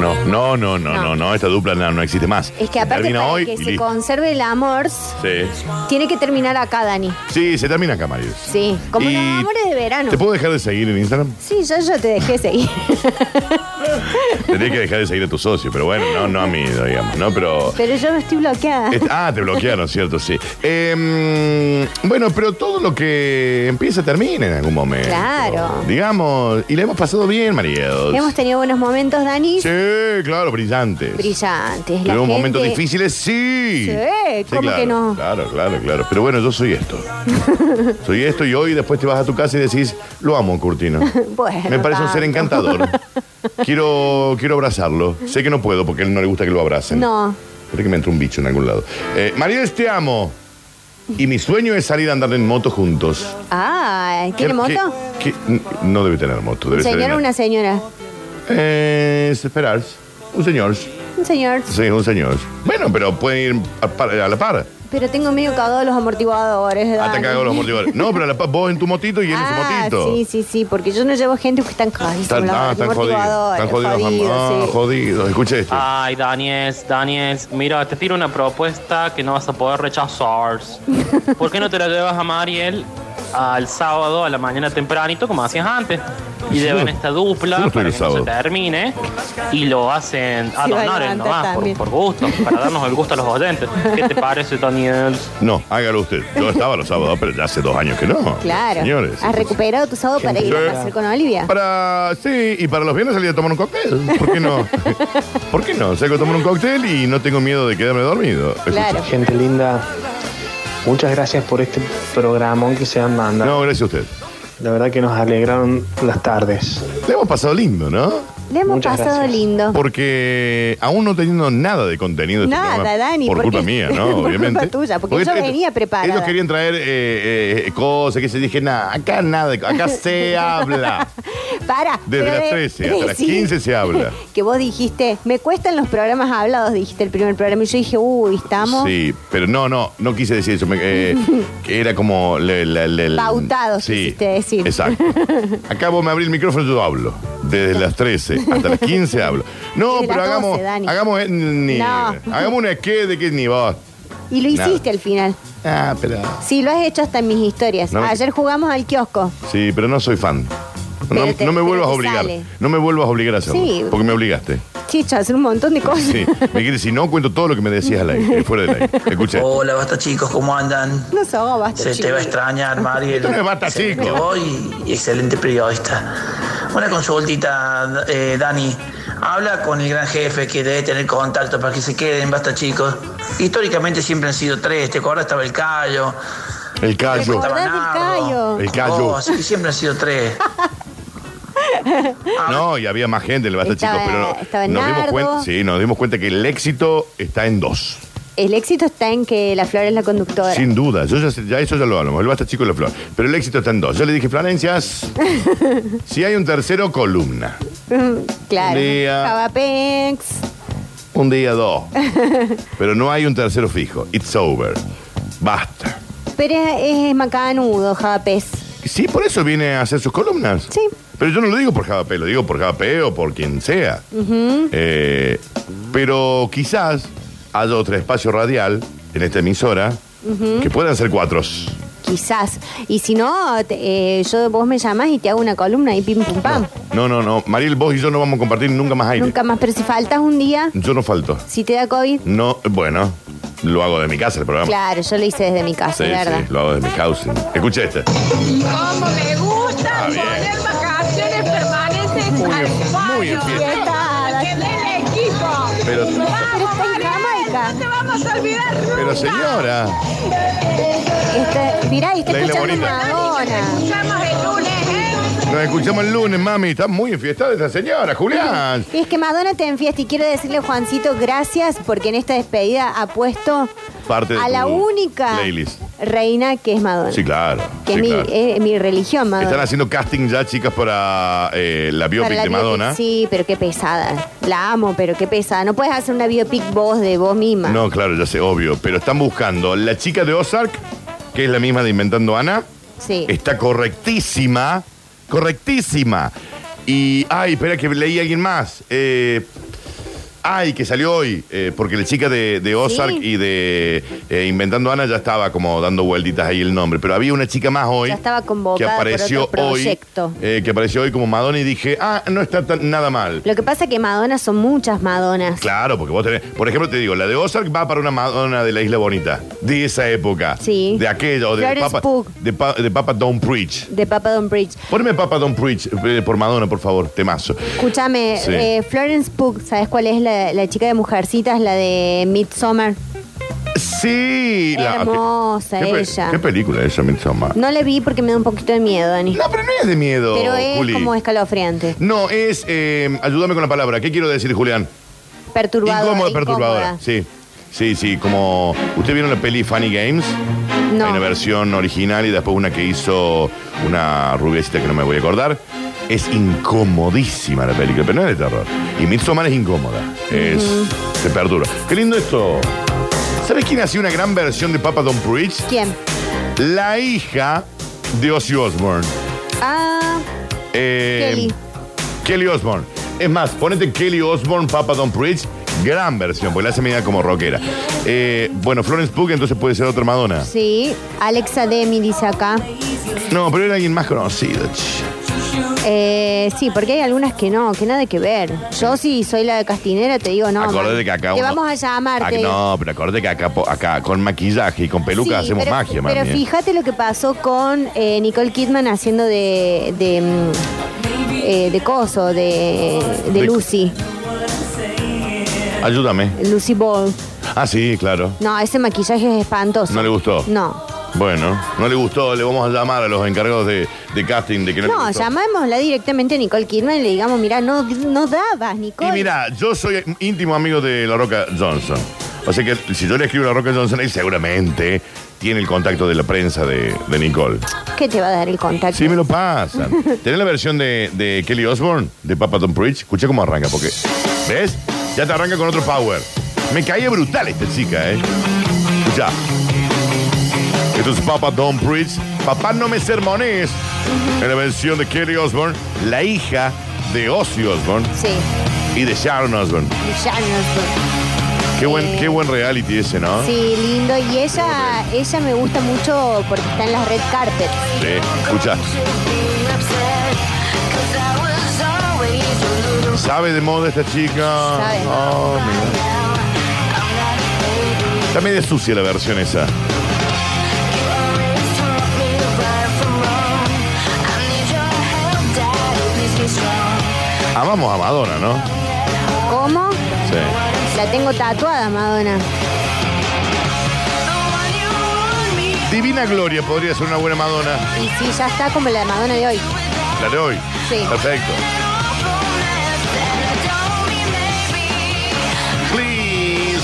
S2: No, no, no, no, no, no, esta dupla no, no existe más.
S3: Es que aparte
S2: termina
S3: para
S2: hoy
S3: que
S2: y
S3: se
S2: listo.
S3: conserve el amor,
S2: Sí.
S3: tiene que terminar acá, Dani.
S2: Sí, se termina acá, Marius.
S3: Sí, como
S2: Y-
S3: los amores de verano.
S2: ¿Te puedo dejar de seguir en Instagram?
S3: Sí, yo ya te dejé seguir.
S2: Tendría que dejar de seguir a tu socio, pero bueno, no, no a mí, digamos, ¿no? Pero.
S3: Pero yo no estoy bloqueada.
S2: Es- Ah, te bloquearon, Em, cierto, sí. Eh, bueno, pero todo lo que empieza termina en algún momento.
S3: Claro.
S2: Digamos, y la hemos pasado bien, Mariel.
S3: Hemos tenido buenos momentos, Dani.
S2: Sí, claro, brillantes.
S3: Brillantes. La
S2: Tuvimos
S3: gente-
S2: momentos difíciles, sí.
S3: Sí, ¿cómo
S2: claro,
S3: que no?
S2: Claro, claro, claro. Pero bueno, yo soy esto. Soy esto y hoy después te vas a tu casa y decís, lo amo, Curtino.
S3: bueno.
S2: Me parece un ser
S3: tanto.
S2: encantador. Quiero, quiero abrazarlo. Sé que no puedo porque a él no le gusta que lo abracen.
S3: No.
S2: Creo que me entró un bicho en algún lado. Eh, Mariel, te amo. Y mi sueño es salir a andar en moto juntos.
S3: Ah, ¿tiene
S2: ¿Qué-
S3: moto?
S2: qué- qué- n- no debe tener moto. Debe
S3: ¿Un
S2: ser
S3: señor o
S2: en-
S3: una señora?
S2: Eh, es esperar. Un señor.
S3: Un señor.
S2: Sí, un señor. Bueno, pero pueden ir a, par- a la par.
S3: Pero tengo medio cagado los amortiguadores.
S2: Hasta que hago Ah, los amortiguadores. No, pero a la par, vos en tu motito y él en su
S3: Ah,
S2: motito.
S3: sí, sí, sí, porque yo no llevo gente pues, que están cagados.
S2: Están, ah, están jodidos. Están jodidos. ah, jodidos. Escucha esto.
S21: Ay, Daniel, Daniel, mira, te tiro una propuesta que no vas a poder rechazar. ¿Por qué no te la llevas a Mariel al sábado a la mañana tempranito, como hacías antes? Y
S2: Yo
S21: llevan
S2: no-
S21: esta
S2: yo no
S21: dupla
S2: estoy
S21: para
S2: el
S21: que no se
S2: sábado.
S21: termine y lo hacen a
S3: Sí, va a
S21: donar
S3: levantar
S21: nomás, por,
S3: también.
S21: por gusto, para darnos el gusto a los oyentes. ¿Qué te parece, Daniel?
S2: No, hágalo usted. Yo estaba los sábados, pero ya hace dos años que no.
S3: Claro.
S2: Señores.
S3: Has recuperado tu sábado para ir
S2: Sí.
S3: a pasar con Olivia.
S2: Para, sí, y para los viernes salí a tomar un cóctel. ¿Por qué no? ¿Por qué no? Salgo a tomar un cóctel y no tengo miedo de quedarme dormido. Escucha.
S22: Gente linda, muchas gracias por este programón que se han mandado.
S2: No, gracias a usted.
S22: La verdad que nos alegraron las tardes.
S2: Le hemos pasado lindo, ¿no?
S3: Le hemos
S2: Muchas
S3: pasado lindo.
S2: Porque aún no teniendo nada de contenido. de este
S3: Nada,
S2: programa,
S3: Dani,
S2: Por
S3: porque-
S2: culpa mía, ¿no?
S3: por culpa
S2: Obviamente.
S3: tuya, porque yo
S2: ellos-
S3: venía preparada.
S2: Ellos querían traer eh, eh, cosas que se dije, nada, acá nada, acá se habla.
S3: Para.
S2: Desde
S3: pero
S2: las
S3: de-
S2: 13 hasta las
S3: sí.
S2: 15 se habla.
S3: Que vos dijiste, me cuestan los programas hablados, dijiste el primer programa. Y yo dije, uy, estamos.
S2: Sí, pero no, no, no quise decir eso. me- eh, que era como. le- le- le- le-
S3: Pautados,
S2: Sí.
S3: quisiste decir.
S2: Exacto. Acá vos me abrís el micrófono, yo hablo. Desde las 13 hasta las 15 hablo. No,
S3: Desde
S2: pero
S3: las 12,
S2: hagamos.
S3: Dani.
S2: Hagamos. eh, Ni,
S3: No.
S2: Hagamos una que de que ni vos.
S3: Y lo
S2: Nada.
S3: hiciste al final.
S2: Ah, pero.
S3: Sí, lo has hecho hasta en mis historias.
S2: No me-
S3: Ayer jugamos al kiosco.
S2: Sí, pero no soy fan. No,
S3: Pero te-
S2: no me
S3: pero
S2: vuelvas a
S3: te
S2: obligar.
S3: sale.
S2: No me vuelvas a obligar a hacerlo.
S3: Sí.
S2: Porque me obligaste.
S3: Chicho, hacer un montón de cosas.
S2: Sí. Me quiere si no cuento todo lo que me decías al aire, eh, fuera del aire. Escucha.
S23: Oh,
S24: Hola, basta chicos, ¿cómo andan?
S3: No se ahoga, basta.
S24: Se te
S3: chico.
S24: va a extrañar, Mariel.
S2: Esto no es Basta,
S24: Excelente
S2: Chicos.
S24: voz y- y excelente periodista. Una consultita, eh, Dani. Habla con el gran jefe que debe tener contacto para que se queden, basta chicos. Históricamente siempre han sido tres, ¿te acuerdas? Estaba el Callo.
S2: El Callo.
S24: Estaba
S3: Acordate el
S24: Nardo.
S3: Callo.
S2: El Callo.
S24: Vos, así que siempre han sido tres.
S2: No, y había más gente, le basta chicos,
S3: Ah. Estaba-
S2: pero no-
S3: estaba
S2: nos dimos
S3: Nardo.
S2: cuenta, sí, nos dimos cuenta que el éxito está en dos.
S3: El éxito está en que la flor es la conductora.
S2: Sin duda, yo ya, sé- ya eso ya lo hablamos, el basta chico y la flor. Pero el éxito está en dos. Yo le dije, Florencia, si hay un tercero, columna.
S3: claro.
S2: Un día-
S3: Javapex.
S2: Un día, dos. Pero no hay un tercero fijo. It's over. Basta.
S3: Pero es, es macanudo, Javapex.
S2: Sí, por eso viene a hacer sus columnas.
S3: Sí.
S2: Pero yo no lo digo por Javapé, lo digo por Javapé o por quien sea.
S3: Ujú.
S2: Eh, pero quizás haya otro espacio radial en esta emisora
S3: Ujú.
S2: que puedan ser cuatro.
S3: Quizás. Y si no, te- eh, yo, vos me llamás y te hago una columna y pim pum pam.
S2: No, no, no. Mariel, vos y yo no vamos a compartir nunca más aire.
S3: Nunca más. Pero si faltas un día,
S2: Yo no falto.
S3: si te da COVID,
S2: No, bueno, lo hago de mi casa el programa.
S3: claro, yo lo hice desde mi casa,
S2: Sí,
S3: ¿verdad?
S2: sí, lo hago de mi housing. Escucha este.
S23: Como me gusta
S2: Ah, bien.
S23: poner vacaciones permaneces
S2: Muy
S23: al
S2: bien,
S23: fallo.
S2: muy bien, fiesta.
S23: Tiene el equipo.
S2: Pero-
S23: vamos, Mariel, no te vamos a olvidar nunca.
S2: Pero señora,
S3: Este, mirá, y está
S2: Leila
S3: escuchando
S2: Bonita.
S23: Escuchamos el lunes, ¿eh?
S2: nos escuchamos el lunes, mami. Está muy enfiestada esta señora, Julián.
S3: Y es que Madonna te enfiesta y quiero decirle, Juancito, gracias porque en esta despedida ha puesto
S2: Parte de
S3: a la
S2: tu
S3: única
S2: playlist.
S3: reina que es Madonna.
S2: Sí, claro.
S3: Que
S2: sí,
S3: es, mi,
S2: claro.
S3: es mi religión, Madonna.
S2: Están haciendo casting ya, chicas, para eh, la biopic
S3: Ah. Para la
S2: de Madonna.
S3: Sí, pero qué pesada. La amo, pero qué pesada. No puedes hacer una biopic vos de vos misma.
S2: No, claro, ya sé, obvio. Pero están buscando la chica de Ozark, que es la misma de Inventando Ana.
S3: Sí.
S2: Está correctísima. Correctísima. Y. Ay, espera que leí a alguien más. Eh, Ay, que salió hoy, eh, porque la chica de, de Ozark
S3: Sí.
S2: y de eh, Inventando Ana ya estaba como dando vueltitas ahí el nombre, pero había una chica más hoy
S3: Ya estaba
S2: que
S3: convocada
S2: apareció
S3: por otro
S2: hoy,
S3: proyecto.
S2: eh, que apareció hoy como Madonna y dije, ah, no está tan- nada mal.
S3: Lo que pasa es que Madonna son muchas Madonas.
S2: Claro, porque vos tenés, por ejemplo, te digo, la de Ozark va para una Madonna de la Isla Bonita, de esa época,
S3: Sí.
S2: de aquella o de
S3: Florence
S2: Papa,
S3: Pugh.
S2: de, Pa- de Papa Don't Preach.
S3: De Papa Don Bridge.
S2: Poneme Papa Don't Preach eh, por Madonna, por favor, temazo.
S3: Escúchame,
S2: Sí.
S3: eh, Florence Pugh, ¿sabes cuál es la, la chica de Mujercitas? La de Midsommar.
S2: Sí, la-
S3: Hermosa
S2: qué, qué pe-
S3: ella.
S2: ¿Qué película es esa, Midsommar?
S3: No la vi porque me da un poquito de miedo, Dani.
S2: No, pero no es de miedo,
S3: Pero es
S2: Juli.
S3: como escalofriante.
S2: No, es. eh, ayúdame con la palabra. ¿Qué quiero decir, Julián?
S3: Perturbadora.
S2: Incómoda,
S3: incómoda.
S2: perturbadora. Sí. Sí, sí, como. ¿Ustedes vieron la peli Funny Games?
S3: No.
S2: Hay una versión original y después una que hizo una rubiecita que no me voy a acordar. Es incomodísima la película, pero no es de terror. Y Midsommar es incómoda. Es. Se perdura. Qué lindo esto. ¿Sabes quién hacía una gran versión de Papa Don't Preach?
S3: ¿Quién?
S2: La hija de Ozzy Osbourne.
S3: Ah,
S2: Eh,
S3: Kelly.
S2: Kelly Osbourne. Es más, ponete Kelly Osbourne, Papa Don't Preach. Gran versión, porque la hace media como rockera. Eh, bueno, Florence Pugh entonces puede ser otra Madonna.
S3: sí. Alexa Demi dice acá.
S2: No, pero era alguien más conocido. che.
S3: Eh, sí, porque hay algunas que no, que nada que ver. Yo si soy la de Castinera, te digo, no.
S2: Acordate
S3: man,
S2: que acá
S3: Te
S2: uno-
S3: vamos a llamar.
S2: Ah,
S3: te-
S2: no, pero acordate que acá, po- acá con maquillaje y con peluca
S3: Sí,
S2: hacemos
S3: pero-
S2: magia, mami.
S3: Pero
S2: eh.
S3: fíjate lo que pasó con eh, Nicole Kidman haciendo de. de. mm, eh, de coso, de, de
S2: De-
S3: Lucy.
S2: Ayúdame.
S3: Lucy Ball.
S2: Ah, sí, claro.
S3: No, ese maquillaje es espantoso.
S2: ¿No le gustó?
S3: No.
S2: Bueno, no le gustó, le vamos a llamar a los encargados de, de casting de que no, le
S3: No,
S2: gustó.
S3: llamémosla directamente a Nicole Kidman y le digamos, mira, no, no dabas, Nicole.
S2: Y mira, yo soy íntimo amigo de La Roca Johnson. O sea que si yo le escribo a La Roca Johnson, él seguramente tiene el contacto de la prensa de, de Nicole.
S3: ¿Qué te va a dar el contacto?
S2: Sí, me lo pasan. ¿Tenés la versión de, de Kelly Osbourne, de Papa Don't Preach? Escucha cómo arranca, porque. ¿Ves? Ya te arranca con otro power. Me caía brutal esta chica, ¿eh? Escucha. Esto es Papa Don't Preach. Papá no me sermones. En la versión de Kelly Osbourne, la hija de Ozzy Osbourne
S3: Sí,
S2: y de Sharon Osbourne.
S3: ya no
S2: Qué buen, qué buen reality ese, ¿no?
S3: Sí, lindo. Y ella, ella me gusta mucho porque está en las red carpet.
S2: Sí, escucha. ¿Sabe de moda esta chica?
S3: Sabe.
S2: Oh, mira. Está medio sucia la versión esa. Amamos a Madonna, ¿no?
S3: ¿Cómo?
S2: Sí.
S3: La tengo tatuada, Madonna.
S2: Divina Gloria podría ser una buena Madonna.
S3: Y sí, ya está como la de Madonna de hoy.
S2: La de hoy.
S3: Sí.
S2: Perfecto. Please.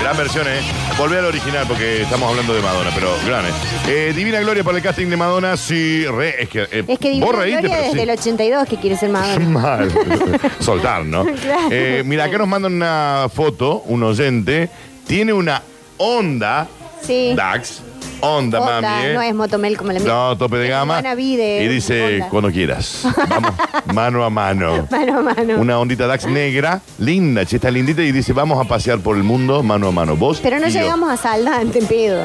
S2: Gran versión, ¿eh? Volver al original porque estamos hablando de Madonna, pero gran, ¿eh? Eh, Divina Gloria para el casting de Madonna, sí, re, es que... eh,
S3: Es que Divina
S2: vos reíste,
S3: Gloria
S2: pero
S3: desde
S2: sí.
S3: el 82 que quiere ser Madonna.
S2: Mal. Soltar, ¿no?
S3: Claro.
S2: Eh, mira, acá nos mandan una foto, un oyente, tiene una onda,
S3: Sí.
S2: Dax, onda,
S3: Honda,
S2: mami, ¿eh?
S3: no es Motomel como la mía.
S2: No, tope de gama.
S3: Buena vida,
S2: y dice,
S3: Honda.
S2: cuando quieras. Vamos, mano a mano.
S3: Mano a mano.
S2: Una ondita Dax negra, linda, che, está lindita, y dice, vamos a pasear por el mundo mano a mano. Vos
S3: Pero no
S2: y yo.
S3: llegamos a Saldán, te pido.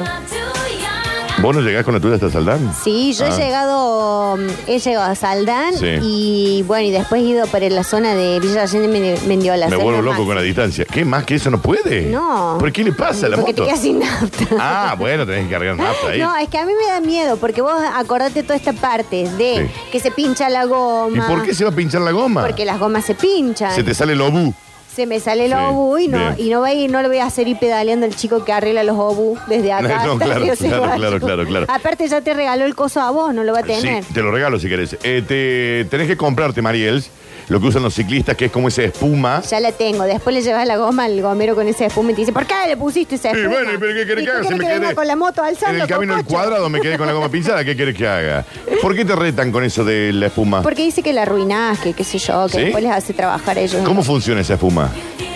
S2: ¿Vos no llegás con la tuya hasta Saldán?
S3: Sí, yo
S2: Ah.
S3: he llegado, mm, he llegado a Saldán
S2: Sí.
S3: y bueno, y después he ido para la zona de Villa Allende Mendi- Mendiola.
S2: Me
S3: Es
S2: vuelvo
S3: lo
S2: loco
S3: más.
S2: con la distancia. ¿Qué más que eso no puede?
S3: No.
S2: ¿Por qué le pasa a la
S3: Porque te
S2: moto?
S3: quedas sin nafta.
S2: Ah, bueno, tenés que cargar nafta ahí.
S3: No, es que a mí me da miedo, porque vos acordate toda esta parte de
S2: Sí.
S3: que se pincha la
S2: ¿Y
S3: goma.
S2: por qué se va a pinchar la goma?
S3: Porque las gomas se pinchan.
S2: Se te sale el obú.
S3: Se me sale el
S2: Sí,
S3: obu y no,
S2: bien.
S3: y no, va a ir- no lo voy a hacer ir pedaleando el chico que arregla los obu desde acá.
S2: No,
S3: hasta
S2: claro, claro,
S3: Río Ceballos.
S2: claro, claro, claro.
S3: Aparte ya te regaló el coso a vos, no lo va a tener.
S2: Sí, te lo regalo si querés. Eh, te, tenés que comprarte, Mariels, lo que usan los ciclistas, que es como esa espuma.
S3: Ya la tengo. Después le llevas la goma al gomero con ese espuma y te dice, ¿por qué le pusiste esa
S2: Y
S3: espuma?
S2: bueno, ¿y pero qué querés
S3: ¿Y
S2: que haga?
S3: querés
S2: Si me
S3: que venga
S2: quedé
S3: con la moto alzando
S2: En el camino del
S3: cococho?
S2: cuadrado me quedé con la goma pinchada. ¿Qué querés que haga? ¿Por qué te retan con eso de la espuma?
S3: Porque dice que la arruinás, que qué sé yo, que
S2: ¿Sí?
S3: después les hace trabajar a ellos.
S2: ¿Cómo funciona esa espuma?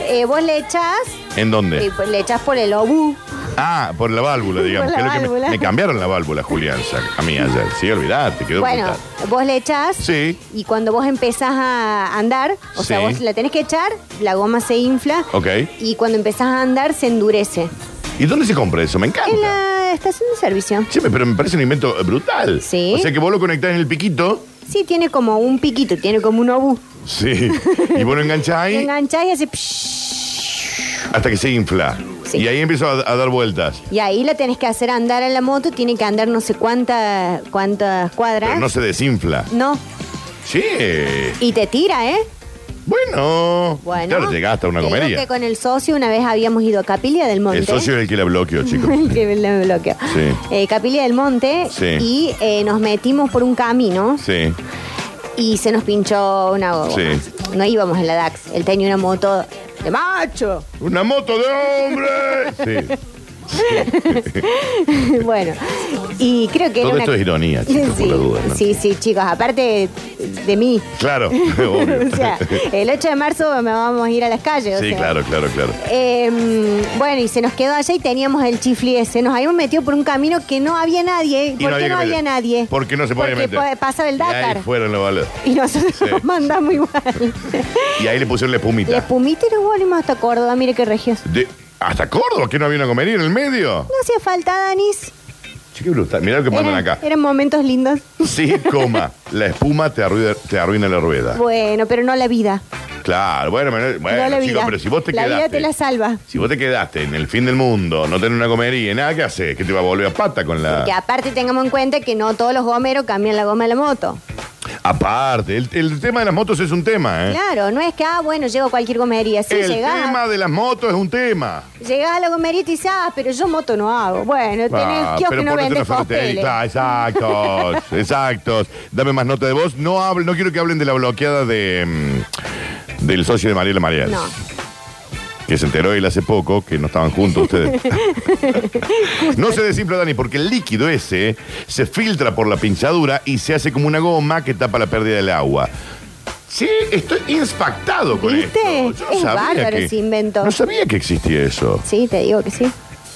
S3: Eh, vos le echás,
S2: ¿En dónde?
S3: eh, pues, le echás por el obu.
S2: Ah, por la válvula, digamos.
S3: Por
S2: que es
S3: la
S2: lo que me-
S3: válvula.
S2: me, cambiaron la válvula, Julián, sa- a mí ayer. Sí, olvidate, quedó
S3: Bueno,
S2: brutal.
S3: vos le echás
S2: Sí.
S3: y cuando vos empezás a andar, o sea,
S2: Sí.
S3: vos la tenés que echar, la goma se infla
S2: Ok.
S3: y cuando empezás a andar se endurece.
S2: ¿Y dónde se compra eso? Me encanta.
S3: En la estación de servicio.
S2: Sí, pero me parece un invento brutal.
S3: Sí.
S2: O sea que vos lo conectás en el piquito.
S3: Sí, tiene como un piquito, tiene como un obús.
S2: Sí. Y vos lo enganchás
S3: Lo
S2: ahí
S3: enganchás y hace... psh,
S2: hasta que se infla. Y ahí empiezo a, a dar vueltas.
S3: Y ahí la tenés que hacer andar a la moto, tiene que andar no sé cuántas cuántas cuadras.
S2: Pero no se desinfla.
S3: No,
S2: Sí.
S3: y te tira, ¿eh?
S2: Bueno.
S3: Bueno.
S2: Claro, llegaste a una
S3: Te digo que
S2: comería.
S3: con el socio una vez habíamos ido a Capilla del Monte.
S2: El socio es el que la bloqueó, chicos.
S3: El que me bloqueó.
S2: Sí.
S3: Eh, Capilla del Monte
S2: Sí.
S3: y eh, nos metimos por un camino
S2: Sí.
S3: y se nos pinchó una goma.
S2: Sí.
S3: No íbamos en la DAX. Él tenía una moto de macho.
S2: ¡Una moto de hombre! Sí.
S3: bueno, y creo que
S2: Todo
S3: era
S2: esto
S3: una-
S2: es ironía, chicos, por
S3: sí,
S2: la duda, ¿no?
S3: sí, sí, chicos, aparte de mí.
S2: Claro, obvio.
S3: o sea, el 8 de marzo me vamos a ir a las calles. o
S2: sí,
S3: sea.
S2: claro, claro, claro.
S3: Eh, bueno, y se nos quedó allá y teníamos el chifli ese. Nos habíamos metido por un camino que no había nadie. ¿Por qué
S2: que
S3: no
S2: meter.
S3: había nadie?
S2: Porque no se podía
S3: Porque
S2: meter.
S3: po- pasaba el
S2: Y
S3: Dakar.
S2: ahí fueron los balas.
S3: Y nosotros
S2: Sí.
S3: nos mandamos igual.
S2: Y ahí le pusieron la
S3: La
S2: espumita.
S3: espumita y nos volvimos hasta Córdoba. Mire qué regios.
S2: De- ¿Hasta Córdoba? ¿Que no había una comería en el medio?
S3: No hacía falta, Danis.
S2: Che, qué brutal. Mirá lo que mandan
S3: Eran,
S2: acá.
S3: eran momentos lindos.
S2: Sí, coma. La espuma te arruina, te arruina la rueda.
S3: Bueno, pero no la vida.
S2: Claro, bueno, bueno,
S3: no la
S2: bueno chicos,
S3: vida.
S2: pero si vos te
S3: la vida te
S2: quedaste.
S3: la salva.
S2: Si vos te quedaste en el fin del mundo, no tenés una comería, nada que haces, que te va a volver a pata con la.
S3: Que aparte tengamos en cuenta que no todos los gomeros cambian la goma de la moto.
S2: Aparte, el, el tema de las motos es un tema, ¿eh?
S3: Claro, no es que, ah, bueno, llego a cualquier gomería. Sí,
S2: el
S3: llegás.
S2: tema de las motos es un tema.
S3: Llegás a la gomería y te dices, ah, pero yo moto no hago. Bueno, tenés
S2: Ah,
S3: kiosco
S2: pero
S3: que no
S2: ponete
S3: vende
S2: una ferretería.
S3: cospeles.
S2: Claro, Ah, exactos, exactos. Dame más nota de voz. No hablo, no quiero que hablen de la bloqueada de mm, del socio de Mariela Mariel.
S3: No.
S2: Que se enteró él hace poco que no estaban juntos ustedes. no se desinfla, Dani, porque el líquido ese se filtra por la pinchadura y se hace como una goma que tapa la pérdida del agua. Sí, estoy impactado con
S3: ¿Viste?
S2: esto. Yo no
S3: es
S2: sabía
S3: bárbaro
S2: que-
S3: ese invento.
S2: No sabía que existía eso.
S3: Sí, te digo que sí.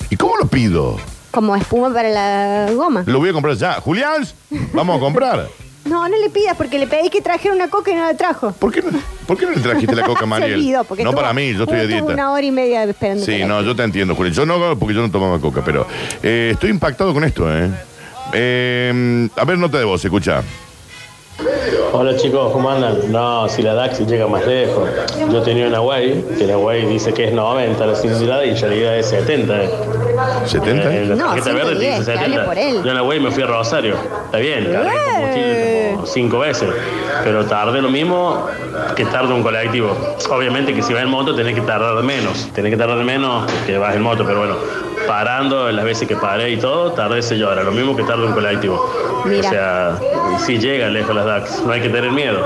S2: ¿Y cómo lo pido?
S3: Como espuma para la goma.
S2: Lo voy a comprar ya. Julián, vamos a comprar.
S3: No, no le pidas porque le pedí que trajera una coca y no la trajo.
S2: ¿Por qué no, por qué no le trajiste la coca,
S3: Se
S2: Mariel?
S3: olvidó, porque
S2: no
S3: estuvo-
S2: para mí, yo estoy a
S3: estuvo
S2: dieta.
S3: una hora y media esperando.
S2: Sí,
S3: que la-
S2: no, yo te entiendo, Julián. Yo no, porque yo no tomaba coca, pero eh, estoy impactado con esto, ¿eh? Eh, A ver, nota de voz, escucha.
S4: Hola chicos, ¿cómo andan? No, si la DAX llega más lejos. Yo tenía una Way, que la Way dice que es 90 la cilindrada y en realidad es 70. eh.
S2: ¿70?
S18: Eh,
S4: En la
S3: No,
S4: Eh, tarjeta verde te
S3: 110,
S4: dice
S3: que hable
S4: 70.
S3: por él.
S4: Yo en la Way me fui a Rosario. Está bien, cargué combustible como cinco veces. Pero tardé lo mismo que tarda un colectivo. Obviamente que si vas en moto tenés que tardar menos. Tenés que tardar menos que vas en moto, pero bueno. Parando las veces que paré y todo, tardé se llora. Lo mismo que tarda un colectivo.
S3: Mira.
S4: O sea, si llega lejos las DAX, no hay que tener miedo.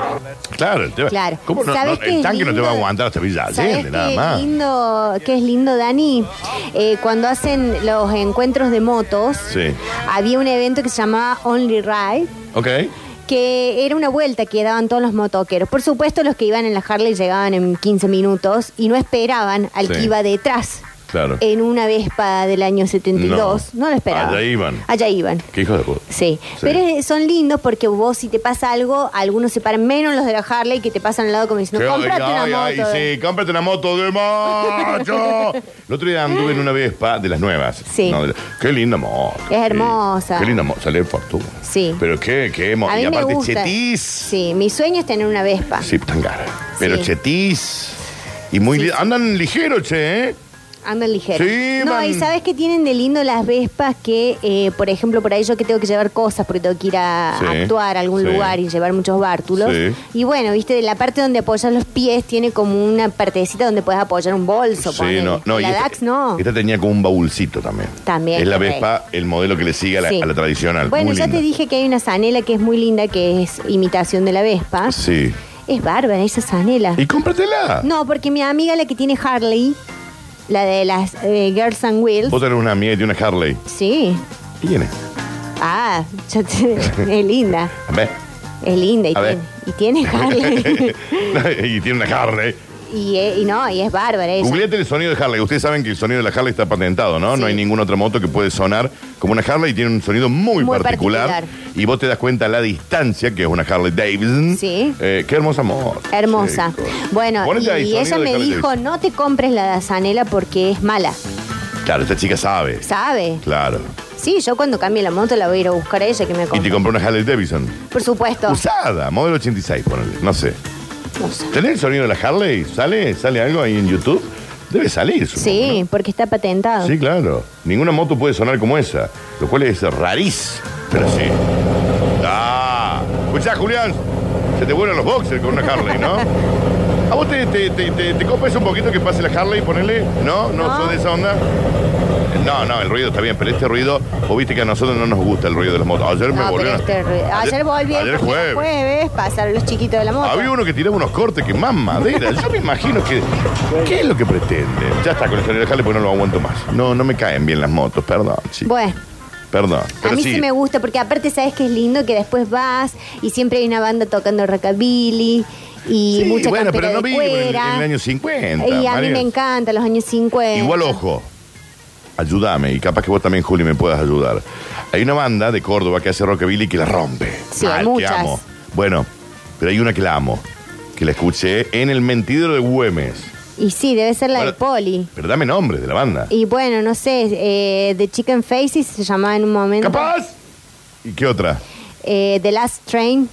S2: Claro, el tema.
S3: Claro.
S2: ¿Cómo no,
S3: ¿Sabes
S2: no,
S3: qué
S2: el
S3: es
S2: tanque no te
S3: lindo?
S2: va a aguantar hasta Villa
S3: ¿Sabes
S2: Allende, nada
S3: qué
S2: más.
S3: lindo, qué es lindo, Dani? Eh, cuando hacen los encuentros de motos,
S2: Sí.
S3: había un evento que se llamaba Only Ride,
S2: Ok.
S3: que era una vuelta que daban todos los motoqueros. Por supuesto, los que iban en la Harley llegaban en 15 minutos y no esperaban al
S2: Sí.
S3: que iba detrás.
S2: Claro.
S3: En una Vespa del año 72. No, lo esperaban.
S2: Allá iban.
S3: Allá iban.
S2: Qué hijo de puta.
S3: Sí. pero es- son lindos porque vos si te pasa algo, algunos se paran menos los de la Harley que te pasan al lado como diciendo,
S2: Che,
S3: cómprate una
S2: ay,
S3: moto. eh.
S2: ay, sí, cómprate una moto de macho. El otro día anduve en una Vespa de las nuevas.
S3: Sí.
S2: No, de la- qué linda moto.
S3: Es hermosa.
S2: Qué linda moto. Sale fortuna.
S3: Sí.
S2: Pero qué, qué mo-
S3: A
S2: Y
S3: mí me
S2: aparte,
S3: gusta.
S2: chetís.
S3: Sí, mi sueño es tener una Vespa.
S2: Sí, tan cara. Pero
S3: Sí.
S2: chetís. Y muy li- Andan ligeros, che, ¿eh?
S3: Andan ligero.
S2: Sí,
S3: no,
S2: van-
S3: y sabes qué tienen de lindo las Vespas que, eh, por ejemplo, por ahí yo que tengo que llevar cosas porque tengo que ir a
S5: Sí,
S3: actuar a algún
S5: sí.
S3: lugar y llevar muchos bártulos.
S5: Sí.
S3: Y bueno, viste, de la parte donde apoyas los pies tiene como una partecita donde puedes apoyar un bolso.
S2: Sí,
S3: ponele.
S2: no. no y
S3: la
S2: esta-
S3: DAX no.
S2: Esta tenía como un baúlcito también.
S3: También,
S2: Es la
S3: correcto.
S2: Vespa, el modelo que le sigue a la,
S3: Sí.
S2: a la tradicional.
S3: Bueno,
S2: Muy
S3: ya te
S2: linda.
S3: dije que hay una zanela que es muy linda, que es imitación de la Vespa.
S2: Sí.
S3: Es bárbara esa zanela.
S2: Y cómpratela.
S3: No, porque mi amiga, la que tiene Harley, la de las eh, Girls and Wheels.
S2: Vos tenés una mía y tiene una Harley.
S3: Sí.
S2: ¿Y quién es?
S3: Ah, ya te- es linda.
S2: A ver.
S3: Es linda y
S2: A ver.
S3: tiene, y tiene Harley.
S2: y tiene una Harley.
S3: y, eh, y no, y es bárbara ella.
S2: Googleate el sonido de Harley. Ustedes saben que el sonido de la Harley está patentado, ¿no? No hay ninguna otra moto que puede sonar como una Harley y tiene un sonido muy,
S3: Muy
S2: particular.
S3: particular.
S2: Y vos te das cuenta a la distancia que es una Harley Davidson.
S3: Sí.
S2: Eh, qué hermosa moto.
S3: Hermosa. Bueno,
S2: Ponete
S3: y,
S2: ahí,
S3: y
S2: sonido
S3: ella
S2: de
S3: me
S2: Harley
S3: dijo,
S2: Davidson.
S3: no te compres la Dazanela porque es mala.
S2: Claro, esta chica sabe.
S3: ¿Sabe?
S2: Claro.
S3: Sí, yo cuando cambie la moto la voy a ir a buscar a ella que me
S2: Y te
S3: compre.
S2: compró una Harley Davidson.
S3: Por supuesto.
S2: Usada, modelo 86, ponele. No sé.
S3: No sé.
S2: ¿Tenés el sonido de la Harley? ¿Sale? ¿Sale algo ahí en YouTube? Debe salir. supongo.
S3: Sí, porque está patentado.
S2: Sí, claro. Ninguna moto puede sonar como esa, lo cual es rariz, pero sí. Ah, escuchá, Julián, se te vuelan los boxers con una Harley, ¿no? ¿A vos te, te, te, te- te copa eso un poquito que pase la Harley, ponele? ¿No? ¿No,
S3: No.
S2: sos de esa onda? No, no, el ruido está bien, pero este ruido, vos viste que a nosotros no nos gusta el ruido de las motos. Ayer me
S3: No,
S2: volvió.
S3: pero este re- ayer volví
S2: ayer
S3: porque
S2: jueves.
S3: jueves pasaron los chiquitos de la moto.
S2: Había uno que tiraba unos cortes que más madera. Yo me imagino que. ¿Qué es lo que pretende? Ya está con el sonido de Harley porque no lo aguanto más. No, no me caen bien las motos, perdón, chicos.
S3: Bueno,
S2: Perdón.
S3: a
S2: Pero
S3: mí
S2: sí,
S3: sí me gusta porque aparte sabes que es lindo que después vas y siempre hay una banda tocando rockabilly y
S2: Sí,
S3: mucha
S2: bueno,
S3: campera
S2: pero no
S3: de
S2: vivo en el-
S3: cuera.
S2: en el año 50,
S3: Y a mí
S2: María.
S3: me encanta los años 50.
S2: Igual, ojo. Ayúdame, y capaz que vos también, Juli, me puedas ayudar. Hay una banda de Córdoba que hace rockabilly que la rompe.
S3: Sí, hay
S2: Mal,
S3: muchas.
S2: Que amo. Bueno, pero hay una que la amo, que la escuché en El Mentidero de Güemes.
S3: Y sí, debe ser la del Poli.
S2: Pero dame nombres de la banda.
S3: Y bueno, no sé, eh, The Chicken Faces se llamaba en un momento.
S2: ¿Capaz? ¿Y qué otra?
S3: Eh, The Last Train,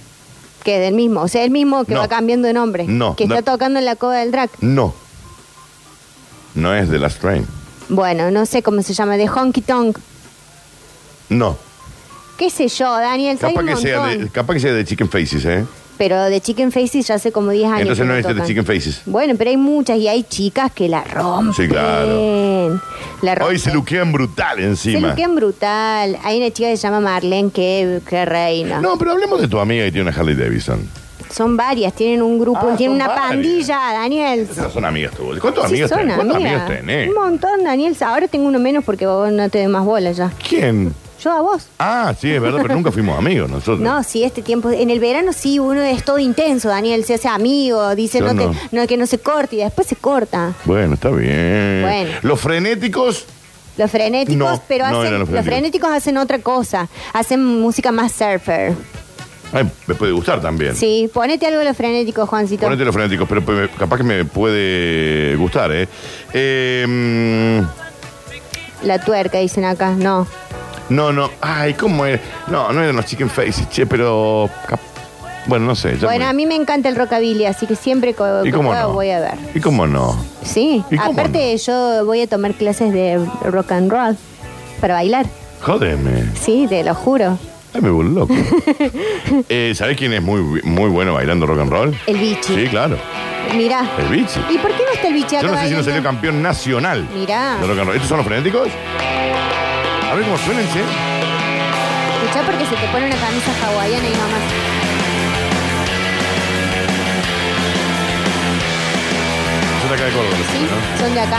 S3: que es del mismo. O sea, el mismo que
S2: No.
S3: va cambiando de nombre.
S2: No,
S3: Que
S2: no.
S3: está tocando en la coda del drag.
S2: No. No es de Last Train.
S3: Bueno, no sé cómo se llama, de Honky Tonk.
S2: No.
S3: ¿Qué sé yo, Daniel? Pues Hay
S2: Capaz
S3: un
S2: que, sea
S3: montón.
S2: de, capaz que sea de Chicken Faces, ¿eh?
S3: Pero de Chicken Faces ya hace como 10 años.
S2: Entonces
S3: que
S2: no es de
S3: tocan.
S2: Chicken Faces.
S3: Bueno, pero hay muchas y hay chicas que la rompen.
S2: Sí, claro.
S3: La rompen.
S2: Hoy se luquean brutal
S3: Se
S2: encima.
S3: luquean brutal. Hay una chica que se llama Marlene que, que reina.
S2: No, pero hablemos de tu amiga que tiene una Harley Davidson.
S3: Son varias, tienen un grupo,
S2: Ah,
S3: tienen
S2: son
S3: una
S2: varias.
S3: pandilla, Daniel.
S2: Esas son amigas tuyas. ¿Cuántos
S3: Sí,
S2: amigos
S3: son
S2: tenés? ¿Cuántos
S3: amigas.
S2: amigos tenés?
S3: Un montón, Daniel. Ahora tengo uno menos porque vos no te doy más bola ya.
S2: ¿Quién?
S3: Yo a vos.
S2: Ah, sí, es verdad, pero nunca fuimos amigos nosotros.
S3: No, sí, este tiempo. En el verano sí, uno es todo intenso, Daniel. Se hace amigo, dice
S2: Yo
S3: no,
S2: no.
S3: Te, no, que no se corte y después se corta.
S2: Bueno, está bien.
S3: Bueno.
S2: Los frenéticos,
S3: Los frenéticos,
S2: No,
S3: pero
S2: no
S3: hacen,
S2: eran los frenéticos.
S3: los, frenéticos hacen otra cosa. Hacen música más surfer.
S2: ay, me puede gustar también.
S3: Sí, ponete algo de los frenéticos, Juancito.
S2: Ponete los frenéticos, pero pe- capaz que me puede gustar, ¿eh? Eh,
S3: La tuerca, dicen acá. No.
S2: no, no, ay, ¿cómo es? No, no eran los chicken faces, che, pero. cap- Bueno, no sé. ya
S3: bueno,
S2: me-
S3: a mí me encanta el rockabilly, así que siempre co-
S2: ¿Y
S3: que
S2: cómo
S3: pueda
S2: no?
S3: voy a ver.
S2: ¿Y cómo no?
S3: Sí,
S2: ¿Y cómo
S3: aparte yo voy a tomar clases de rock and roll para bailar.
S2: Jódeme.
S3: Sí, te lo juro.
S2: Ay, me vuelvo loco. eh, ¿Sabés quién es muy, muy bueno bailando rock and roll?
S3: El bichi.
S2: Sí, claro.
S3: Mirá.
S2: El bichi.
S3: ¿Y por qué no está el bichi acá
S2: Yo no sé si no salió
S3: bailando?
S2: campeón nacional.
S3: Mirá.
S2: de rock and roll. ¿Estos son los frenéticos? A ver cómo suenan, che.
S3: Escuchá porque se te pone una camisa hawaiana y nomás.
S2: Son de acá de Córdoba,
S3: Sí,
S2: ¿no?
S3: son de acá.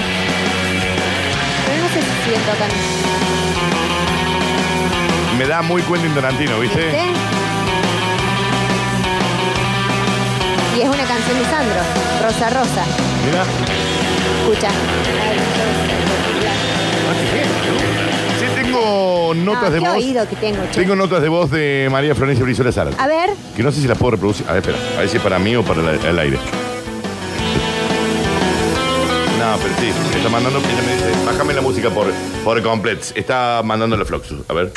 S3: Pero no sé si siguen tocando.
S2: Me da muy Quentin Tarantino, ¿viste?
S3: ¿Viste? Y es una canción de Sandro, Rosa Rosa.
S2: Mira.
S3: Escucha.
S2: Sí, tengo notas
S3: No,
S2: de
S3: Ah, qué
S2: voz.
S3: oído que tengo, che.
S2: Tengo notas de voz de María Florencia Brizuela Sara.
S3: A ver,
S2: Que no sé si las puedo reproducir. A ver, espera. A ver si es para mí o para la- el aire. No, pero sí. me Está mandando. ella me dice, Bájame la música por, por completo. Está mandando la Floxus. A ver.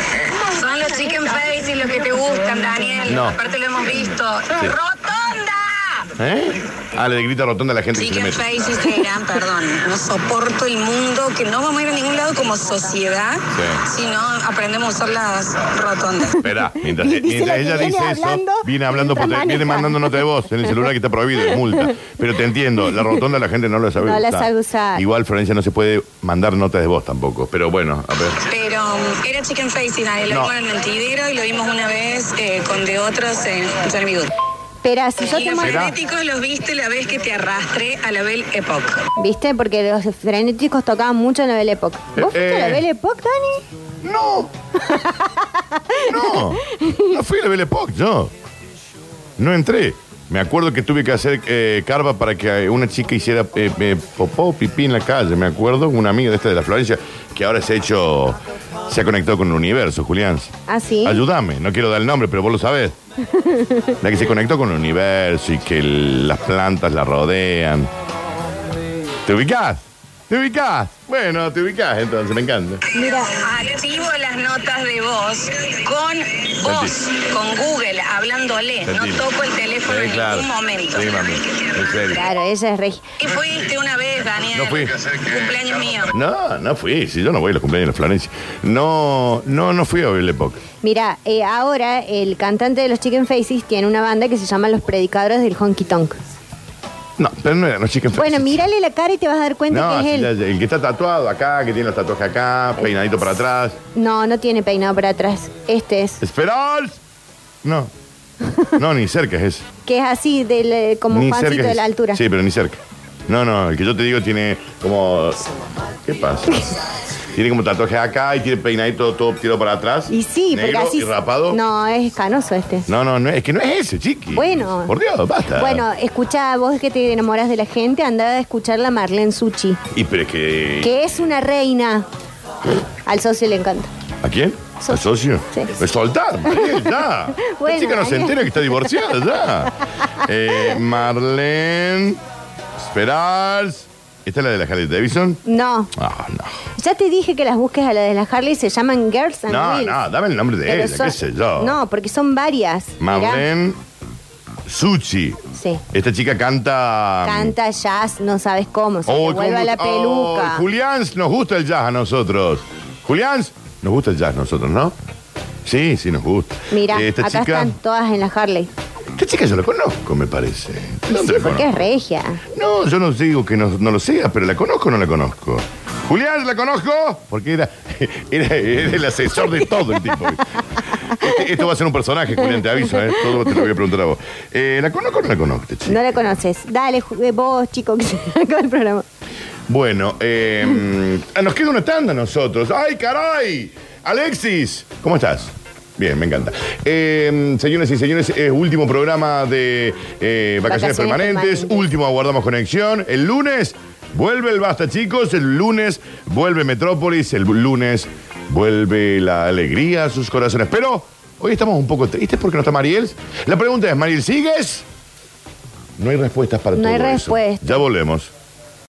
S23: Son los chicken faces los que te gustan, Daniel.
S2: No.
S23: Aparte lo hemos visto.
S2: Sí.
S23: ¡Rotonda!
S2: ¿Eh? Ah, le grita rotonda a la gente que se le
S23: Chicken
S2: mete.
S23: faces te dirán, perdón. No soporto el mundo, que no vamos a ir a ningún lado como sociedad
S2: Sí.
S23: si no aprendemos a usar las rotondas.
S2: Espera, mientras,
S23: Dice
S2: mientras
S23: la que
S2: ella
S23: viene
S2: dice
S23: hablando,
S2: eso, viene hablando, por,
S23: mientras
S2: tel- viene
S23: maneja.
S2: mandando nota de voz en el celular que está prohibido, es multa. Pero te entiendo, la rotonda la gente no la sabe
S23: No la
S2: usar.
S23: sabe usar.
S2: Igual Florencia no se puede mandar notas de voz tampoco, pero bueno, a ver.
S23: Pero um, era chicken faces, Daniel. Lo
S2: No.
S23: vimos en el mentidero y lo vimos una vez eh, con de otros en Johnny B. Good.
S3: espera, si yo
S23: Y
S3: te
S23: los
S3: mando.
S23: frenéticos los viste la vez que te arrastré a la Belle Epoch.
S3: ¿Viste? Porque los frenéticos tocaban mucho en la Belle Époque. ¿Vos fuiste
S2: Eh,
S3: a la
S2: eh.
S3: Belle Époque, Dani?
S2: No. No, no fui a la Belle Époque, yo. No entré. Me acuerdo que tuve que hacer eh, carva para que eh, una chica hiciera eh, eh, popó, pipí en la calle. Me acuerdo, una amiga de esta de la Florencia, que ahora se ha hecho, se ha conectado con el universo, Julián.
S3: Ah, sí.
S2: Ayúdame, no quiero dar el nombre, pero vos lo sabés. La que se conectó con el universo y que el- las plantas la rodean. ¿Te ubicás? ¿Te ubicás? Bueno, te ubicás entonces, me encanta.
S23: Mira, activo las notas de voz con voz, con Google, hablándole.
S2: Sentí.
S23: No toco el teléfono
S2: Sí,
S23: en
S2: claro.
S23: ningún momento.
S2: Sí, mami, en serio.
S3: Claro, ella es rey.
S23: Y fuiste una vez, Daniel.
S2: No eh, fui.
S23: Cumpleaños mío.
S2: No, no fui. Si yo no voy a los cumpleaños de Florencia. No, no, no fui a Bill Epoch.
S3: Mira, eh, ahora el cantante de los Chicken Faces tiene una banda que se llama Los Predicadores del Honky Tonk.
S2: No, pero no eran los chicos.
S3: Bueno, mírale la cara y te vas a dar cuenta
S2: No,
S3: que es
S2: sí,
S3: él.
S2: ya, ya. el que está tatuado acá, que tiene los tatuajes acá, peinadito para atrás.
S3: No, no tiene peinado para atrás. Este es.
S2: ¡Esperol! No. No, ni cerca es ese.
S3: Que es así, del, eh, como
S2: ni
S3: Juancito
S2: es
S3: de
S2: ese.
S3: la altura.
S2: Sí, pero ni cerca. No, no, el que yo te digo tiene como. ¿Qué pasa? tiene como tatuajes acá y tiene peinadito todo tirado para atrás.
S3: Y sí,
S2: negro
S3: porque así.
S2: y rapado. No.
S3: No, es canoso este.
S2: no, no, es que no es ese, chiqui.
S3: Bueno.
S2: Por Dios, basta.
S3: Bueno, escucha, vos que te enamoras de la gente, andá a escuchar la Marlene Suchi,
S2: Y pero es que.
S3: que es una reina. Al socio le encanta.
S2: ¿A quién? ¿Al socio?
S3: Sí.
S2: Pues soltar, Mariel, ya.
S3: Bueno,
S2: la chica no se
S3: Mariel.
S2: entera que está divorciada, ya. Eh, Marlene. Esperals. ¿Esta es la de la Harley Davidson?
S3: No,
S2: Ah, no.
S3: ya te dije que las busques a la de la Harley, se llaman Girls and
S2: No,
S3: Wheels.
S2: no, dame el nombre de
S3: Pero
S2: ella,
S3: son-
S2: qué sé yo.
S3: No, porque son varias. Mirá.
S2: Marlene Suchi.
S3: Sí.
S2: Esta chica canta.
S3: Canta jazz, no sabes cómo. Se
S2: Oh,
S3: le vuelve
S2: cómo-
S3: la
S2: oh,
S3: peluca.
S2: Julián, nos gusta el jazz a nosotros. Julián, nos gusta el jazz a nosotros, ¿no? Sí, sí, nos gusta.
S3: Mira,
S2: Eh,
S3: acá están todas en la Harley.
S2: Esta chica yo la conozco, me parece. ¿De
S3: Sí,
S2: ¿Dónde la
S3: porque es
S2: conozco?
S3: regia.
S2: No, yo no digo que no, no lo sea, pero la conozco o no la conozco. Julián, ¿la conozco? Porque era, era, era el asesor de todo el tipo. Este- esto va a ser un personaje, Julián, te aviso, ¿eh? Todo te lo voy a preguntar a vos. Eh, ¿La conozco o no la conozco? esta chica?
S3: No la conoces. Dale, ju- eh, vos, chico, que se acaba el programa.
S2: Bueno, eh, nos queda una tanda a nosotros. ¡Ay, caray! Alexis, ¿cómo estás? Bien, me encanta. Eh, señores y señores, eh, último programa de eh, vacaciones,
S5: Vacaciones
S2: permanentes,
S5: permanentes.
S2: último aguardamos conexión. El lunes vuelve el Basta, chicos. El lunes vuelve Metrópolis. El lunes vuelve la alegría a sus corazones. Pero hoy estamos un poco tristes porque no está Mariel. La pregunta es, ¿Mariel sigues? No hay respuestas para
S3: No
S2: todo
S3: hay
S2: eso.
S3: respuesta.
S2: Ya volvemos.